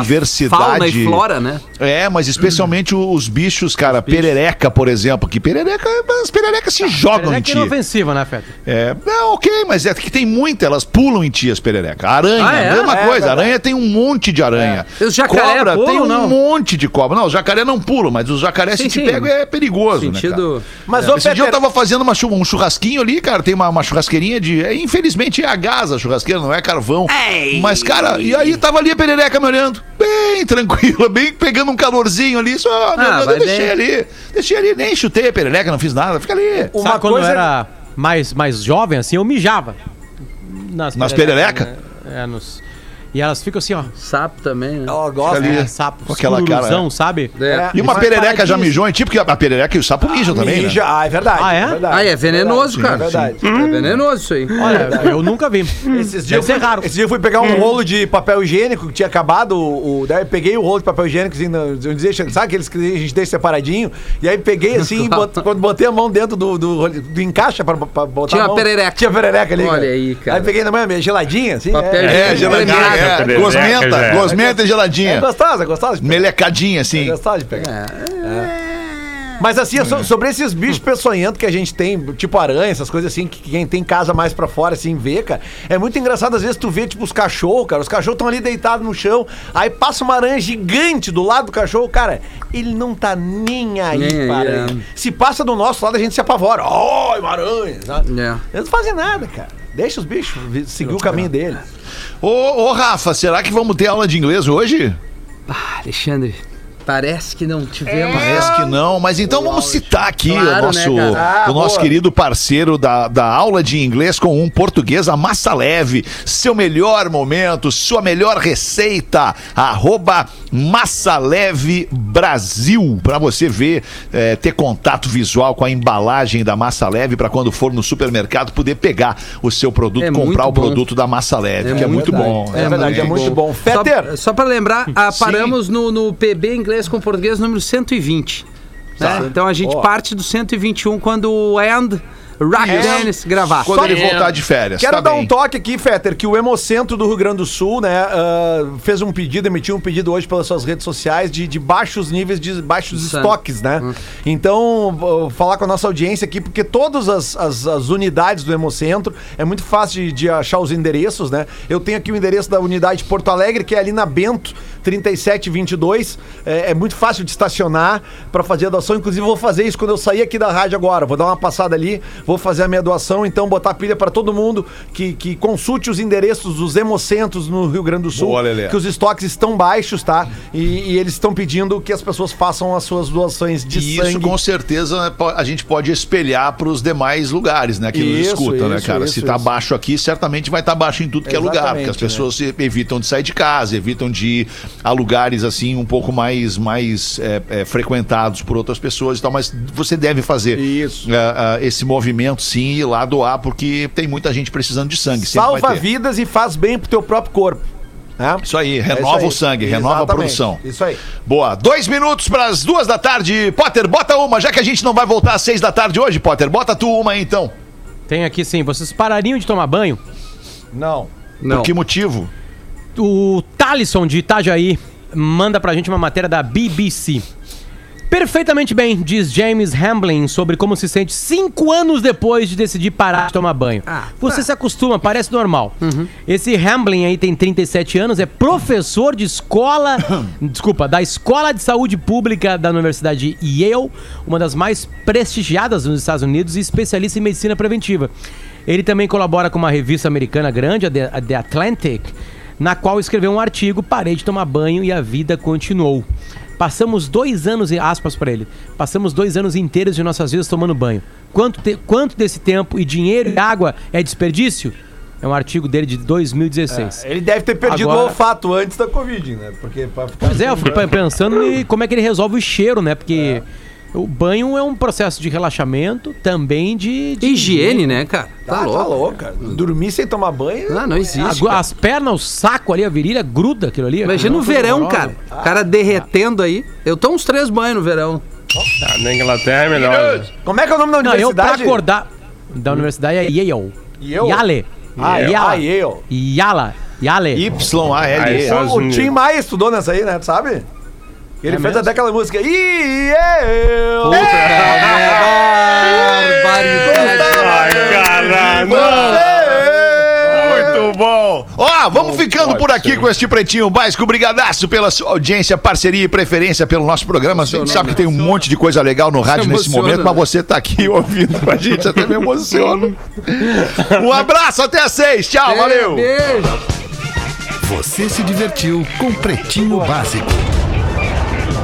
E: biodiversidade.
F: Fauna e flora, né?
E: É, mas especialmente os bichos, cara, perereca, por exemplo, que perereca, as pererecas se jogam
H: É
E: em
H: que
E: ti.
H: é inofensiva, né, Feta?
E: É, não, ok, mas é que tem muita, elas pulam em ti as pererecas. Aranha,
F: Ah, é?
E: mesma
D: É,
E: coisa,
D: verdade.
E: aranha tem um monte de aranha.
F: E os jacaré
E: cobra
F: pulam
E: tem
F: ou
E: um
F: não?
E: monte de cobra. Não, os jacaré não pulam, mas os jacaré
F: Sim,
E: se
F: sim.
E: te pegam é perigoso, né?
F: Sentido.
E: cara?
D: Mas, ô,
E: Esse dia eu
D: Peter-
E: tava fazendo uma chu- um churrasquinho ali, cara. Tem uma, uma churrasqueirinha de. é, infelizmente é a gás a churrasqueira, não é carvão. Mas, cara, e aí tava ali a perereca me olhando. Bem tranquila, *laughs* bem pegando um calorzinho ali. Só me
F: Ah,
E: olhando,
F: vai
E: eu deixei
D: é.
F: bem.
E: ali. Deixei ali, nem chutei a perereca, não fiz nada. Fica ali.
D: Uma
H: Sabe quando
D: coisa- é
H: eu era mais, mais jovem, assim, eu mijava.
E: Nas
H: né? É, nos... E elas ficam assim, ó.
F: Sapo também, né?
D: Ela gosta.
E: Ali.
H: É, sapo,
E: Com aquela cara,
H: sururuzão, sabe?
F: É.
E: E uma
H: Mas
E: perereca
H: para
E: já
H: disso.
E: mijou em ti, porque a perereca e o sapo mijam também, né? Hum?
D: Ninja. Ah, é verdade.
H: Ah, é?
D: verdade,
F: Ah, é venenoso,
D: verdade,
F: cara.
D: É verdade.
F: É venenoso isso aí.
H: Olha, eu nunca vi.
D: *laughs*
F: Hum.
D: Esses dias,
H: Deve
D: eu
H: ser
D: fui,
H: raro.
D: esse dia eu fui pegar um rolo de papel higiênico que tinha acabado. O, o- daí eu peguei o rolo de papel higiênico, assim, no- eu dizia, sabe aqueles que a gente deixa separadinho? E aí peguei
F: *laughs*
D: assim, e bot- quando botei a mão dentro do, do, rolo- do encaixa pra, pra botar.
F: Tinha
D: a mão,
F: perereca.
D: Tinha perereca ali.
F: Olha aí, cara.
D: Aí peguei na manhã, minha geladinha, assim.
F: Papel
D: é.
F: higiênico
G: gelado,
F: premiado.
G: trezeca,
E: É, gosmenta, gosmenta e
D: É
E: geladinha.
D: gostosa, é gostosa. de pegar.
E: Melecadinha,
D: É
E: assim.
D: gostosa de pegar. É. Mas assim, é so- sobre esses bichos peçonhentos que a gente tem, tipo aranha, essas coisas assim, que quem tem casa mais pra fora, assim, vê, cara. É muito engraçado, às vezes, tu vê, tipo, os cachorros, cara. Os cachorros estão ali deitados no chão, aí passa uma aranha gigante do lado do cachorro, cara. Ele não tá nem aí
F: Nem aí,
D: pra aranha. Se passa do nosso lado, a gente se apavora. Ó, uma aranha, sabe?
F: É.
D: Eles não fazem nada, cara. Deixa os bichos vi- seguir o caminho deles.
E: Ô, ô, Rafa, será que vamos ter aula de inglês hoje?
F: Ah, Alexandre, parece É. que não tivemos.
E: Parece que não, mas então vamos citar aqui
F: Claro,
E: o nosso,
F: né, cara?
D: Ah,
E: o nosso
D: boa.
E: querido parceiro da, da aula de inglês com um português, a Massa Leve. Seu melhor momento, sua melhor receita, arroba Massa Leve Brasil. Para você ver, eh, ter contato visual com a embalagem da Massa Leve para quando for no supermercado poder pegar o seu produto,
F: É
E: comprar
F: muito
E: o
F: bom.
E: produto da Massa Leve, que é muito
F: verdade.
E: bom.
D: É verdade, é muito bom. Fetter!
F: Só, só para lembrar, ah, paramos no, no PB inglês com português número 120.
E: Tá.
F: né? Então a gente
D: Ó.
F: parte do 121 quando o And Rock Dennis gravar.
E: Quando ele voltar de férias.
D: Quero
E: tá
D: dar
E: bem.
D: um toque aqui, Fetter, que o Hemocentro do Rio Grande do Sul, né, ah, fez um pedido, emitiu um pedido hoje pelas suas redes sociais de, de baixos níveis, de baixos
F: Isso.
D: estoques, né? Então, vou falar com a nossa audiência aqui, porque todas as, as- as unidades do Hemocentro, é muito fácil de, de achar os endereços, né? Eu tenho aqui o endereço da unidade Porto Alegre, que é ali na Bento, 3722. É, é muito fácil de estacionar para fazer a doação. Inclusive, vou fazer isso quando eu sair aqui da rádio agora. Vou dar uma passada ali, vou fazer a minha doação. Então, botar pilha para todo mundo que, que consulte os endereços dos hemocentros no Rio Grande do Sul.
E: Boa, Lelê.
D: que os estoques estão baixos, tá? E, e eles estão pedindo que as pessoas façam as suas doações de
E: E
D: sangue.
E: isso com certeza po- a gente pode espelhar para os demais lugares, né? Que nos
D: Isso,
E: escuta, né,
D: isso,
E: cara?
D: isso,
E: se tá
D: isso.
E: baixo aqui, certamente vai estar baixo em tudo que é lugar, porque as
D: Exatamente, né?
E: pessoas se- evitam de sair de casa, evitam de ir a lugares assim um pouco mais, mais é, é, frequentados por outras pessoas e tal. Mas você deve fazer
D: Isso.
E: é, é, esse movimento sim e ir lá doar, porque tem muita gente precisando de sangue. sempre vai
D: Salva
E: ter.
D: vidas e faz bem pro teu próprio corpo. né?
E: Isso aí,
D: É
E: renova
D: isso aí.
E: o sangue, renova a
D: Exatamente.
E: produção.
D: Isso aí.
E: Boa, dois minutos para as duas da tarde. Potter, bota uma, já que a gente não vai voltar às seis da tarde hoje, Potter, bota tu uma aí então.
H: Tem aqui sim, vocês parariam de tomar banho?
D: Não.
E: Por que motivo?
H: O Talisson de Itajaí manda pra gente uma matéria da BBC. Perfeitamente bem, diz James Hamblin sobre como se sente cinco anos depois de decidir parar de tomar banho.
F: Ah,
H: Você se acostuma, parece normal. Esse Hamblin aí tem 37 anos, é professor de escola. desculpa, da Escola de Saúde Pública da Universidade Yale, uma das mais prestigiadas nos Estados Unidos e especialista em medicina preventiva. Ele também colabora com uma revista americana grande, a The- a The Atlantic na qual escreveu um artigo, parei de tomar banho e a vida continuou. Passamos dois anos, e aspas para ele, passamos dois anos inteiros de nossas vidas tomando banho. Quanto, te- quanto desse tempo e dinheiro e água é desperdício? É um artigo dele de 2016.
D: Ele deve ter perdido o
H: Agora-
D: olfato antes da Covid, né? Porque pra ficar.
H: Pois é, eu fiquei pensando em como é que ele resolve o cheiro, né? Porque o banho é um processo de relaxamento, também de... de
F: Higiene, né, cara? Ah,
D: Tá, tá louco, cara. Dormir sem tomar banho.
F: Não, não
H: A-
F: existe. cara.
H: as pernas, o saco ali, a virilha, gruda aquilo ali.
F: Imagina
H: Aquilo
F: o
H: é uma coisa
F: verão,
H: horrorosa.
F: cara. O cara derretendo aí. Eu tomo uns três banhos no verão.
G: Ah, na Inglaterra é melhor. né?
D: Como é que é o nome da
H: Não, eu pra
D: universidade?
H: acordar. Da universidade é Yale.
D: Yale?
H: Yale.
D: Ah,
H: Yale.
D: ah, Yale.
H: Yala. Yale.
G: Aí
E: Y-A-L-E.
G: são-
D: O Tim Maia estudou nessa aí, né? Tu sabe?
H: É
D: Ele fez até aquela música. E eu!
E: Ah,
D: É!
F: Barbaridade.
G: Ai, cara, não.
E: Muito bom! Ó, vamos ficando por aqui com este Pretinho Básico. Brigadaço pela sua audiência, parceria e preferência pelo nosso programa. A gente sabe que tem um monte de coisa legal no rádio nesse
F: emociona,
E: momento,
F: né?
E: mas você tá aqui *laughs* ouvindo com a gente, até me emociono. Um abraço, até às seis. Tchau, valeu!
F: Beijo.
C: Você se divertiu com Pretinho Básico.